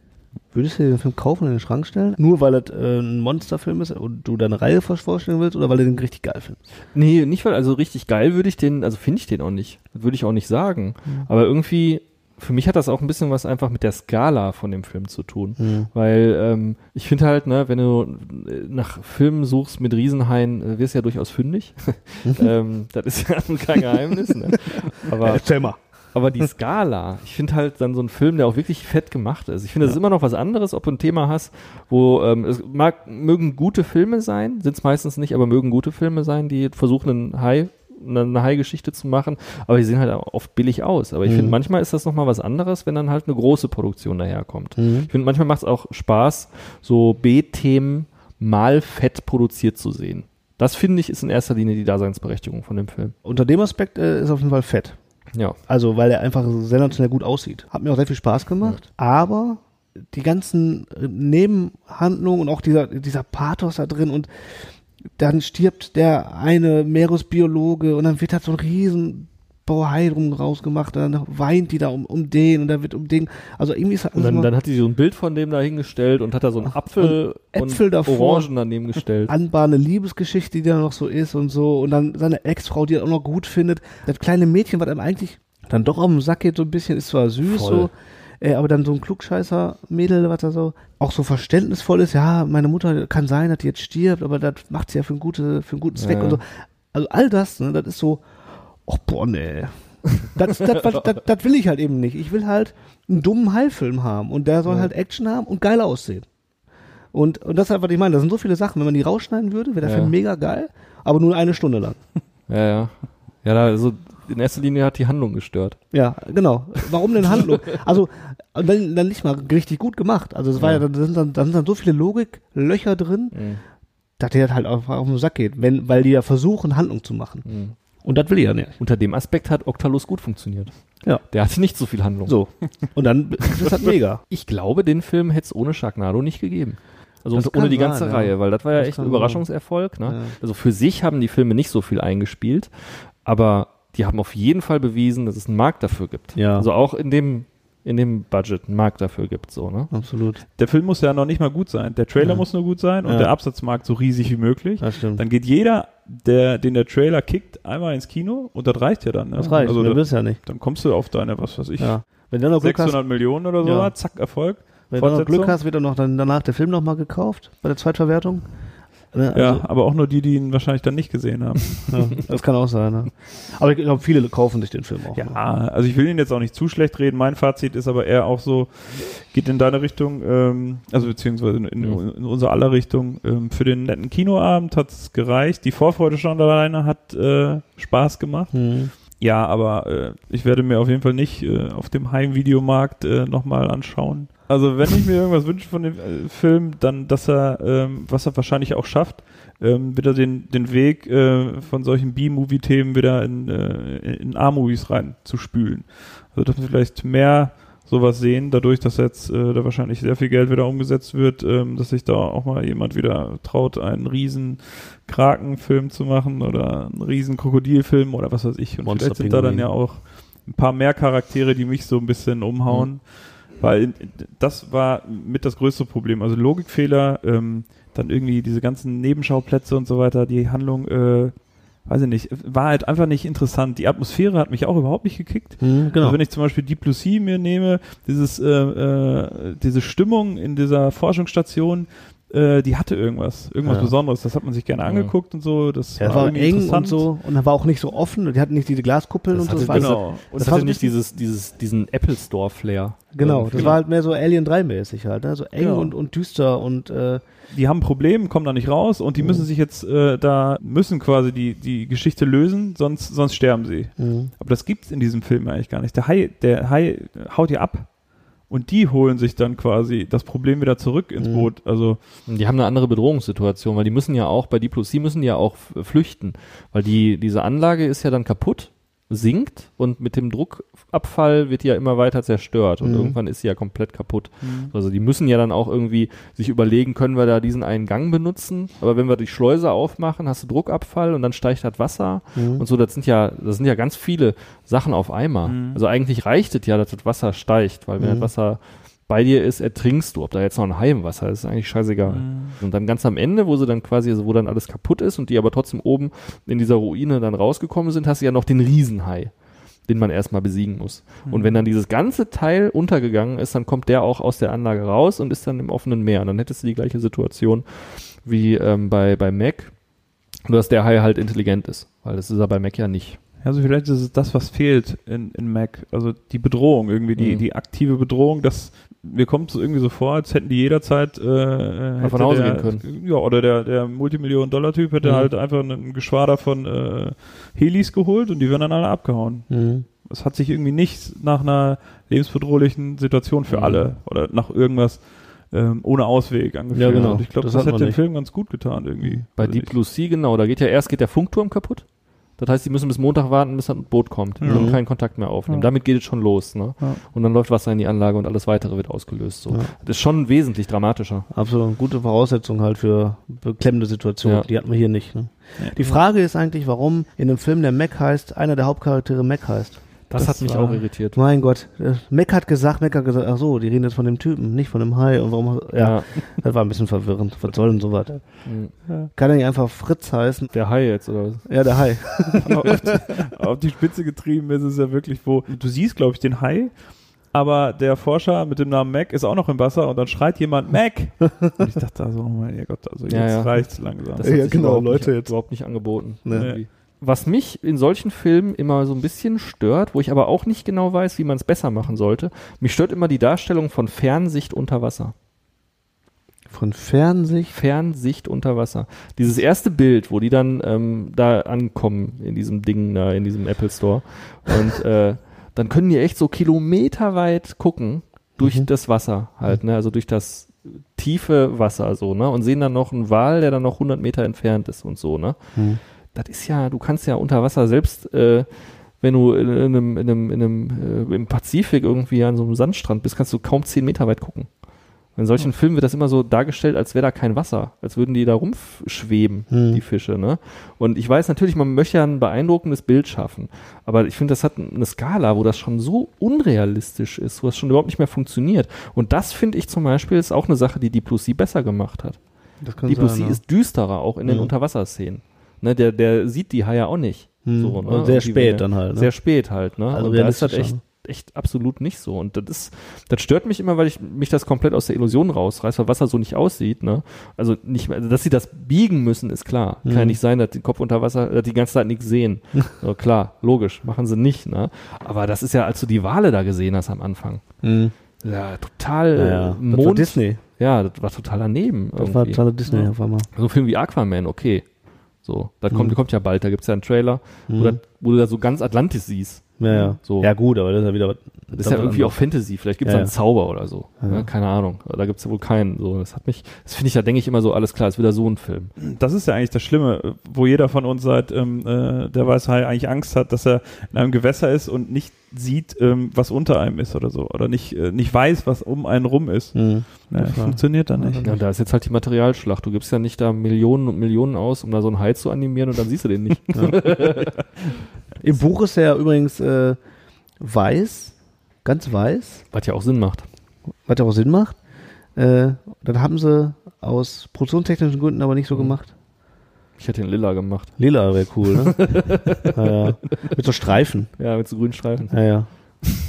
[SPEAKER 2] Würdest du dir den Film kaufen und in den Schrank stellen? Nur weil das äh, ein Monsterfilm ist und du deine Reihe vor- vorstellen willst oder weil du den richtig geil findest?
[SPEAKER 3] Nee, nicht weil, also richtig geil würde ich den, also finde ich den auch nicht. Würde ich auch nicht sagen. Aber irgendwie, für mich hat das auch ein bisschen was einfach mit der Skala von dem Film zu tun. Weil ähm, ich finde halt, ne, wenn du äh, nach Filmen suchst mit Riesenhaien, äh, wirst du ja durchaus fündig. ähm, das ist ja kein Geheimnis. Ne? Aber
[SPEAKER 2] Äh, Erzähl mal.
[SPEAKER 3] aber die Skala, ich finde halt dann so einen Film, der auch wirklich fett gemacht ist. Ich finde, es ist immer noch was anderes, ob du ein Thema hast, wo ähm, es mag, mögen gute Filme sein, sind es meistens nicht, aber mögen gute Filme sein, die versuchen, einen Hai, eine, eine Hai-Geschichte zu machen, aber die sehen halt auch oft billig aus. Aber ich finde, manchmal ist das nochmal was anderes, wenn dann halt eine große Produktion daherkommt. Ich finde, manchmal macht es auch Spaß, so B-Themen mal fett produziert zu sehen. Das finde ich ist in erster Linie die Daseinsberechtigung von dem Film.
[SPEAKER 2] Unter dem Aspekt äh, ist auf jeden Fall fett.
[SPEAKER 3] Ja.
[SPEAKER 2] Also, weil er einfach sensationell gut aussieht. Hat mir auch sehr viel Spaß gemacht. Aber die ganzen äh, Nebenhandlungen und auch dieser, dieser Pathos da drin und dann stirbt der eine Meeresbiologe und dann wird halt so ein riesen Bauerei drum rausgemacht, dann weint die da um, um den und da wird um den. Also irgendwie ist das
[SPEAKER 3] Und
[SPEAKER 2] alles
[SPEAKER 3] dann,
[SPEAKER 2] mal
[SPEAKER 3] dann hat die so ein Bild von dem da hingestellt und hat da so einen Apfel und,
[SPEAKER 2] Äpfel davor.
[SPEAKER 3] Orangen daneben gestellt.
[SPEAKER 2] anbahne Liebesgeschichte, die da noch so ist und so. Und dann seine Ex-Frau, die er auch noch gut findet. Das kleine Mädchen, was einem eigentlich dann doch auf den Sack geht, so ein bisschen, ist zwar süß
[SPEAKER 3] Voll.
[SPEAKER 2] so, äh, aber dann so ein Klugscheißer-Mädel, was da so auch so verständnisvoll ist. Ja, meine Mutter kann sein, dass die jetzt stirbt, aber das macht sie ja für, ein gute, für einen guten Zweck
[SPEAKER 3] Ja.
[SPEAKER 2] und so. Also all das, ne, das ist so, ach boah, nee. Das, das, das, das, das will ich halt eben nicht. Ich will halt einen dummen Heilfilm haben und der soll halt Action haben und geil aussehen. Und, und das ist halt, was ich meine. Das sind so viele Sachen. Wenn man die rausschneiden würde, wäre der
[SPEAKER 3] Ja.
[SPEAKER 2] Film mega geil, aber nur eine Stunde lang.
[SPEAKER 3] Ja, ja. Ja, da, also in erster Linie hat die Handlung gestört.
[SPEAKER 2] Ja, genau. Warum denn Handlung? Also, dann, dann nicht mal richtig gut gemacht. Also, es war ja,
[SPEAKER 3] Ja.
[SPEAKER 2] dann, da sind dann, da sind dann so viele Logiklöcher drin, dass dir das halt auf, auf den Sack geht, wenn, weil die ja versuchen, Handlung zu machen.
[SPEAKER 3] Mhm.
[SPEAKER 2] Und das will ich ja nicht.
[SPEAKER 3] Unter dem Aspekt hat Octalus gut funktioniert.
[SPEAKER 2] Ja.
[SPEAKER 3] Der hatte nicht so viel Handlung.
[SPEAKER 2] So. Und dann ist das halt mega.
[SPEAKER 3] Ich glaube, den Film hätte es ohne Sharknado nicht gegeben. Also
[SPEAKER 2] Das
[SPEAKER 3] und ohne
[SPEAKER 2] kann
[SPEAKER 3] die ganze
[SPEAKER 2] sein, ja.
[SPEAKER 3] Reihe, weil das war ja
[SPEAKER 2] Das
[SPEAKER 3] echt
[SPEAKER 2] kann
[SPEAKER 3] ein Überraschungserfolg. Ne? Also für sich haben die Filme nicht so viel eingespielt, aber die haben auf jeden Fall bewiesen, dass es einen Markt dafür gibt.
[SPEAKER 2] Ja.
[SPEAKER 3] Also auch in dem, in dem Budget einen Markt dafür gibt. So, ne?
[SPEAKER 2] Absolut.
[SPEAKER 4] Der Film muss ja noch nicht mal gut sein. Der Trailer
[SPEAKER 2] Ja.
[SPEAKER 4] muss nur gut sein und
[SPEAKER 2] Ja.
[SPEAKER 4] der Absatzmarkt so riesig wie möglich.
[SPEAKER 2] Das stimmt.
[SPEAKER 4] Dann geht jeder, der, den der Trailer kickt, einmal ins Kino und das reicht ja dann. Ne?
[SPEAKER 2] Das reicht.
[SPEAKER 4] Also,
[SPEAKER 2] Also, du
[SPEAKER 4] da,
[SPEAKER 2] bist ja nicht.
[SPEAKER 4] dann kommst du auf deine, was weiß ich,
[SPEAKER 2] Ja. Wenn du noch Glück hast,
[SPEAKER 4] 600 Millionen oder so,
[SPEAKER 2] Ja.
[SPEAKER 4] zack, Erfolg.
[SPEAKER 2] Also wenn du noch Glück
[SPEAKER 4] Fortsetzung.
[SPEAKER 2] hast, wird dann noch dann danach der Film nochmal gekauft bei der Zweitverwertung. Ne, Also,
[SPEAKER 4] ja, aber auch nur die, die ihn wahrscheinlich dann nicht gesehen haben.
[SPEAKER 2] Ja, das kann auch sein. Ne? Aber ich glaube, viele kaufen sich den Film auch.
[SPEAKER 4] Ja,
[SPEAKER 2] ne?
[SPEAKER 4] also ich will ihn jetzt auch nicht zu schlecht reden. Mein Fazit ist aber eher auch so, geht in deine Richtung, ähm, also beziehungsweise in, in, in unser aller Richtung. Ähm, für den netten Kinoabend hat es gereicht. Die Vorfreude schon alleine hat äh, Spaß gemacht.
[SPEAKER 2] Hm.
[SPEAKER 4] Ja, aber äh, ich werde mir auf jeden Fall nicht äh, auf dem Heimvideomarkt äh, nochmal anschauen. Also wenn ich mir irgendwas wünsche von dem äh, Film, dann, dass er, ähm, was er wahrscheinlich auch schafft, ähm, wieder den, den Weg äh, von solchen B-Movie-Themen wieder in, äh, in A-Movies reinzuspülen. Also dass wir vielleicht mehr sowas sehen, dadurch, dass jetzt äh, da wahrscheinlich sehr viel Geld wieder umgesetzt wird, ähm, dass sich da auch mal jemand wieder traut, einen riesen Krakenfilm zu machen oder einen riesen Krokodilfilm oder was weiß ich. Und
[SPEAKER 2] Monster
[SPEAKER 4] vielleicht sind da dann
[SPEAKER 2] Pinguin.
[SPEAKER 4] ja auch ein paar mehr Charaktere, die mich so ein bisschen umhauen. Weil in- das war mit das größte Problem. Also Logikfehler, ähm, dann irgendwie diese ganzen Nebenschauplätze und so weiter, die Handlung, äh, weiß ich nicht, war halt einfach nicht interessant. Die Atmosphäre hat mich auch überhaupt nicht gekickt.
[SPEAKER 2] Hm, genau.
[SPEAKER 4] Also wenn ich zum Beispiel Deep Blue Sea mir nehme, dieses, äh, äh, diese Stimmung in dieser Forschungsstation, äh, die hatte irgendwas, irgendwas
[SPEAKER 2] Ja.
[SPEAKER 4] Besonderes. Das hat man sich gerne
[SPEAKER 3] Ja.
[SPEAKER 4] angeguckt und so. Das
[SPEAKER 2] Ja, es war
[SPEAKER 4] irgendwie
[SPEAKER 2] eng und
[SPEAKER 4] interessant.
[SPEAKER 2] so und er war auch nicht so offen. Die hatten nicht diese Glaskuppeln
[SPEAKER 3] Das
[SPEAKER 2] und so.
[SPEAKER 3] hatte-
[SPEAKER 2] war-
[SPEAKER 3] das-
[SPEAKER 4] Genau.
[SPEAKER 3] Und
[SPEAKER 4] Und
[SPEAKER 3] das
[SPEAKER 4] war
[SPEAKER 3] hatte
[SPEAKER 4] so ein
[SPEAKER 3] nicht
[SPEAKER 4] bisschen-
[SPEAKER 3] dieses, dieses, diesen Apple Store Flair.
[SPEAKER 2] genau, das
[SPEAKER 3] Irgendwie.
[SPEAKER 2] war halt mehr so Alien 3 mäßig halt. Ne? So eng
[SPEAKER 4] Genau.
[SPEAKER 2] und, und düster und äh,
[SPEAKER 4] die haben ein Problem, kommen da nicht raus und die müssen sich jetzt äh, da, müssen quasi die, die Geschichte lösen, sonst, sonst sterben sie. Aber das gibt's in diesem Film eigentlich gar nicht. Der Hai, der Hai haut ihr ab. Und die holen sich dann quasi das Problem wieder zurück ins Boot. Also
[SPEAKER 3] Und Die haben eine andere Bedrohungssituation, weil die müssen ja auch, bei Deep Blue Sea müssen die ja auch f- flüchten. Weil die, diese Anlage ist ja dann kaputt, sinkt und mit dem Druckabfall wird die ja immer weiter zerstört und irgendwann ist sie ja komplett kaputt. Also die müssen ja dann auch irgendwie sich überlegen, können wir da diesen einen Gang benutzen? Aber wenn wir die Schleuse aufmachen, hast du Druckabfall und dann steigt das Wasser und so, das sind ja, das sind ja ganz viele Sachen auf einmal. Also eigentlich reicht es ja, dass das Wasser steigt, weil wenn das Wasser bei dir ist, ertrinkst du. Ob da jetzt noch ein Hai im Wasser ist, ist eigentlich scheißegal. Und dann ganz am Ende, wo sie dann quasi, also wo dann alles kaputt ist und die aber trotzdem oben in dieser Ruine dann rausgekommen sind, hast du ja noch den Riesenhai, den man erstmal besiegen muss. Und wenn dann dieses ganze Teil untergegangen ist, dann kommt der auch aus der Anlage raus und ist dann im offenen Meer. Und dann hättest du die gleiche Situation wie ähm, bei, bei Mac, nur dass der Hai halt intelligent ist, weil das ist er bei Mac ja nicht.
[SPEAKER 4] Also vielleicht ist es das, was fehlt in, in Mac. Also die Bedrohung irgendwie, die,
[SPEAKER 3] Mhm.
[SPEAKER 4] die aktive Bedrohung, dass mir kommt so irgendwie so vor, als hätten die jederzeit äh, hätte
[SPEAKER 3] nach Hause
[SPEAKER 4] der,
[SPEAKER 3] gehen können.
[SPEAKER 4] Ja, oder der, der Multimillionen-Dollar-Typ hätte
[SPEAKER 3] Mhm.
[SPEAKER 4] halt einfach ein Geschwader von äh, Helis geholt und die wären dann alle abgehauen. Es hat sich irgendwie nichts nach einer lebensbedrohlichen Situation für
[SPEAKER 3] Mhm.
[SPEAKER 4] alle oder nach irgendwas ähm, ohne Ausweg angefühlt.
[SPEAKER 2] Ja, genau.
[SPEAKER 4] Und ich glaube,
[SPEAKER 2] Das
[SPEAKER 4] das,
[SPEAKER 2] hat
[SPEAKER 4] hat
[SPEAKER 2] man
[SPEAKER 4] den
[SPEAKER 2] nicht.
[SPEAKER 4] Film ganz gut getan irgendwie.
[SPEAKER 3] Bei
[SPEAKER 4] Also
[SPEAKER 3] Deep
[SPEAKER 4] ich-
[SPEAKER 3] Blue Sea, genau, da geht ja erst geht der Funkturm kaputt. Das heißt, die müssen bis Montag warten, bis ein Boot kommt. Die
[SPEAKER 4] Ja.
[SPEAKER 3] können keinen Kontakt mehr aufnehmen.
[SPEAKER 4] Ja.
[SPEAKER 3] Damit geht es schon los. Ne?
[SPEAKER 4] Ja.
[SPEAKER 3] Und dann läuft Wasser in die Anlage und alles weitere wird ausgelöst. So. Das ist schon wesentlich dramatischer.
[SPEAKER 2] absolut gute Voraussetzung halt für beklemmende Situation.
[SPEAKER 3] Ja.
[SPEAKER 2] Die hatten wir hier nicht. Ne? Die Frage ist eigentlich, warum in einem Film, der Mac heißt, einer der Hauptcharaktere Mac heißt.
[SPEAKER 3] Das,
[SPEAKER 2] Das
[SPEAKER 3] hat mich
[SPEAKER 2] war-
[SPEAKER 3] auch irritiert.
[SPEAKER 2] Mein Gott, äh, Mac hat gesagt, Mac hat gesagt, ach so, die reden jetzt von dem Typen, nicht von dem Hai. Und warum? Ja, das war ein bisschen verwirrend. Was soll denn sowas?
[SPEAKER 3] Mhm.
[SPEAKER 2] Kann er nicht einfach Fritz heißen?
[SPEAKER 3] Der Hai jetzt oder was?
[SPEAKER 2] Ja, der Hai.
[SPEAKER 4] auf, die, auf die Spitze getrieben ist es ja wirklich, wo du siehst, glaube ich, den Hai, aber der Forscher mit dem Namen Mac ist auch noch im Wasser und dann schreit jemand Mac. Und ich dachte also, oh mein Gott, also jetzt
[SPEAKER 3] Ja, ja.
[SPEAKER 4] reicht's langsam.
[SPEAKER 3] Das
[SPEAKER 2] Ja,
[SPEAKER 3] hat sich
[SPEAKER 2] genau,
[SPEAKER 3] überhaupt
[SPEAKER 2] Leute,
[SPEAKER 3] nicht,
[SPEAKER 2] jetzt.
[SPEAKER 3] überhaupt nicht angeboten.
[SPEAKER 2] Nee.
[SPEAKER 3] irgendwie. Was mich in solchen Filmen immer so ein bisschen stört, wo ich aber auch nicht genau weiß, wie man es besser machen sollte, mich stört immer die Darstellung von Fernsicht unter Wasser.
[SPEAKER 2] Von Fernsicht.
[SPEAKER 3] Fernsicht unter Wasser. Dieses erste Bild, wo die dann ähm, da ankommen in diesem Ding da, in diesem Apple Store. Und äh, dann können die echt so kilometerweit gucken durch das Wasser halt, ne? Also durch das tiefe Wasser so, ne? Und sehen dann noch einen Wal, der dann noch 100 Meter entfernt ist und so, ne?
[SPEAKER 2] Mhm.
[SPEAKER 3] Das ist ja, du kannst ja unter Wasser selbst, äh, wenn du in einem, in einem, in einem äh, im Pazifik irgendwie an so einem Sandstrand bist, kannst du kaum 10 Meter weit gucken. In solchen Filmen wird das immer so dargestellt, als wäre da kein Wasser, als würden die da rumschweben,
[SPEAKER 2] Hm.
[SPEAKER 3] die Fische. Ne? Und ich weiß natürlich, man möchte ja ein beeindruckendes Bild schaffen, aber ich finde, das hat eine Skala, wo das schon so unrealistisch ist, wo das schon überhaupt nicht mehr funktioniert. Und das finde ich zum Beispiel ist auch eine Sache, die die Plus C besser gemacht hat.
[SPEAKER 2] Das kann ne?
[SPEAKER 3] Die Plus C
[SPEAKER 2] ja.
[SPEAKER 3] ist düsterer, auch in den
[SPEAKER 2] Mhm.
[SPEAKER 3] Unterwasserszenen. Ne, der, der sieht die Haie auch nicht.
[SPEAKER 2] Hm.
[SPEAKER 3] So, ne?
[SPEAKER 2] Und sehr
[SPEAKER 3] Irgendwie,
[SPEAKER 2] spät
[SPEAKER 3] ne?
[SPEAKER 2] dann halt. Ne?
[SPEAKER 3] Sehr spät halt, ne?
[SPEAKER 2] Also
[SPEAKER 3] und da ist das
[SPEAKER 2] realistischer,
[SPEAKER 3] echt, echt absolut nicht so. Und das ist, das stört mich immer, weil ich mich das komplett aus der Illusion rausreiße, weil Wasser so nicht aussieht, ne? Also nicht mehr, also dass sie das biegen müssen, ist klar.
[SPEAKER 2] Hm.
[SPEAKER 3] Kann ja nicht sein, dass die Kopf unter Wasser, dass die ganze Zeit nichts sehen. so, klar, logisch, machen sie nicht, ne? Aber das ist ja, als du die Wale da gesehen hast am Anfang.
[SPEAKER 2] Mhm.
[SPEAKER 3] Ja, total
[SPEAKER 2] Ja,
[SPEAKER 3] äh,
[SPEAKER 2] ja. Das war
[SPEAKER 3] Mond.
[SPEAKER 2] Disney.
[SPEAKER 3] ja, das war total daneben.
[SPEAKER 2] Das war
[SPEAKER 3] irgendwie.
[SPEAKER 2] total Disney auf einmal.
[SPEAKER 3] So ein Film wie Aquaman, okay. So, das kommt,
[SPEAKER 2] Hm.
[SPEAKER 3] kommt ja bald, da gibt's ja einen Trailer, wo,
[SPEAKER 2] Mhm.
[SPEAKER 3] das, wo du da so ganz Atlantis siehst.
[SPEAKER 2] Ja, ja.
[SPEAKER 3] So.
[SPEAKER 2] Ja, gut, aber das ist ja wieder.
[SPEAKER 3] Das ist ja irgendwie auch Fantasy, vielleicht gibt's
[SPEAKER 2] Ja,
[SPEAKER 3] da einen
[SPEAKER 2] ja.
[SPEAKER 3] Zauber oder so.
[SPEAKER 2] Ja.
[SPEAKER 3] Ne? Keine Ahnung. Aber Da gibt's ja wohl keinen. So, das hat mich, das finde ich, da denke ich immer so, alles klar, ist wieder so ein Film.
[SPEAKER 2] Mhm.
[SPEAKER 4] das ist ja eigentlich das Schlimme, wo jeder von uns seit ähm, äh, der Weißhai eigentlich Angst hat, dass er in einem Gewässer ist und nicht sieht, ähm, was unter einem ist oder so. Oder nicht, äh, nicht weiß, was um einen rum ist.
[SPEAKER 2] Mhm.
[SPEAKER 4] Naja, funktioniert dann nicht.
[SPEAKER 3] Ja, und da ist jetzt halt die Materialschlacht. Du gibst ja nicht da Millionen und Millionen aus, um da so einen Hai zu animieren und dann siehst du den nicht.
[SPEAKER 2] Im Buch ist er ja übrigens äh, weiß, ganz weiß,
[SPEAKER 3] Was ja auch Sinn macht.
[SPEAKER 2] was ja auch Sinn macht. Äh, dann haben sie aus produktionstechnischen Gründen aber
[SPEAKER 3] Hm.
[SPEAKER 2] nicht so gemacht.
[SPEAKER 3] Ich hätte den Lilla gemacht.
[SPEAKER 2] Lila wäre cool, ne? ja, ja. Mit so Streifen.
[SPEAKER 3] Ja, mit so grünen Streifen.
[SPEAKER 2] Ja, ja.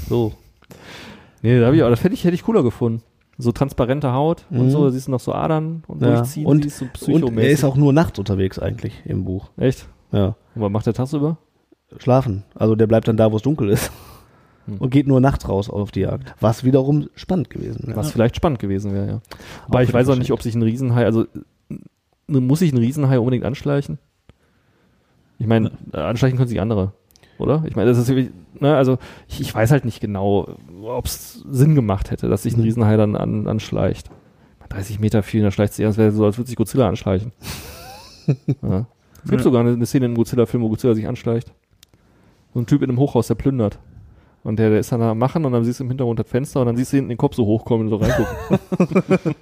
[SPEAKER 2] So.
[SPEAKER 3] Nee, da hab ich, aber das hätte ich, hätte ich cooler gefunden. So transparente Haut und
[SPEAKER 2] Mhm.
[SPEAKER 3] so, da siehst du noch so Adern und
[SPEAKER 2] Ja.
[SPEAKER 3] durchziehen,
[SPEAKER 2] Und-
[SPEAKER 3] die ist so
[SPEAKER 2] Und er
[SPEAKER 3] psychomäßig.
[SPEAKER 2] ist auch nur nachts unterwegs eigentlich im Buch.
[SPEAKER 3] Echt?
[SPEAKER 2] Ja.
[SPEAKER 3] Und was macht der tagsüber?
[SPEAKER 2] Schlafen. Also der bleibt dann da, wo es dunkel ist.
[SPEAKER 3] Hm.
[SPEAKER 2] Und geht nur nachts raus auf die Jagd. Was wiederum spannend gewesen wäre.
[SPEAKER 3] Was vielleicht spannend gewesen wäre, ja. Aber ich
[SPEAKER 2] wieder
[SPEAKER 3] weiß auch nicht,
[SPEAKER 2] geschenkt.
[SPEAKER 3] ob sich ein Riesenhai, also äh, muss ich einen Riesenhai unbedingt anschleichen? Ich meine, äh, anschleichen können sich andere, oder? Ich meine, das ist wirklich- ne, also ich, ich weiß halt nicht genau, ob es Sinn gemacht hätte, dass sich ein Riesenhai dann an, anschleicht. 30 Meter viel, da schleicht sich, das wäre so, als würde sich Godzilla anschleichen. ja. Es gibt
[SPEAKER 4] Ja.
[SPEAKER 3] sogar eine, eine Szene im Godzilla-Film, wo Godzilla sich anschleicht. So ein Typ in einem Hochhaus, der plündert. Und der, der ist dann am Machen und dann siehst du im Hintergrund das Fenster und dann siehst du hinten den Kopf so hochkommen und so reingucken.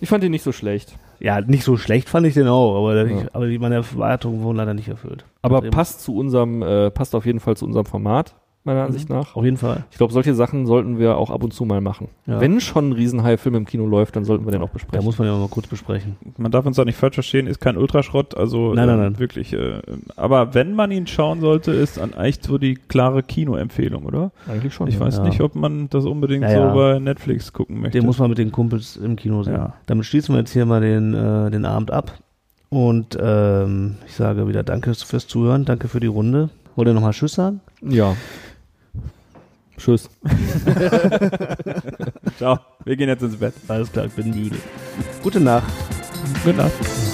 [SPEAKER 3] ich fand ihn nicht so schlecht.
[SPEAKER 2] Ja, nicht so schlecht fand ich den auch, aber,
[SPEAKER 3] Ja.
[SPEAKER 2] aber die- meine Erwartungen wurden leider nicht erfüllt.
[SPEAKER 3] Aber
[SPEAKER 2] Eben.
[SPEAKER 3] passt zu unserem, äh, passt auf jeden Fall zu unserem Format, meiner Ansicht nach.
[SPEAKER 2] Auf jeden Fall.
[SPEAKER 3] Ich glaube, solche Sachen sollten wir auch ab und zu mal machen.
[SPEAKER 2] Ja.
[SPEAKER 3] Wenn schon ein Riesenhai-Film im Kino läuft, dann sollten wir den auch
[SPEAKER 2] Da
[SPEAKER 3] besprechen.
[SPEAKER 2] muss man ja mal kurz besprechen.
[SPEAKER 4] Man darf uns auch nicht falsch verstehen, ist kein Ultraschrott, also
[SPEAKER 2] Nein, nein,
[SPEAKER 4] äh,
[SPEAKER 2] nein.
[SPEAKER 4] wirklich. Äh, aber wenn man ihn schauen sollte, ist an echt so die klare Kinoempfehlung, oder?
[SPEAKER 3] Eigentlich schon.
[SPEAKER 4] Ich weiß
[SPEAKER 2] Ja.
[SPEAKER 4] nicht, ob man das unbedingt
[SPEAKER 2] Ja, ja.
[SPEAKER 4] so bei Netflix gucken möchte.
[SPEAKER 2] Den muss man mit den Kumpels im Kino sehen.
[SPEAKER 4] Ja.
[SPEAKER 2] Damit schließen wir jetzt hier mal den, äh, den Abend ab. Und ähm, ich sage wieder Danke fürs Zuhören, danke für die Runde. Wollt ihr nochmal Tschüss sagen?
[SPEAKER 3] Ja. Tschüss.
[SPEAKER 4] Ciao, wir gehen jetzt ins Bett.
[SPEAKER 2] Alles klar, ich bin müde. Gute Nacht.
[SPEAKER 4] Gute Nacht.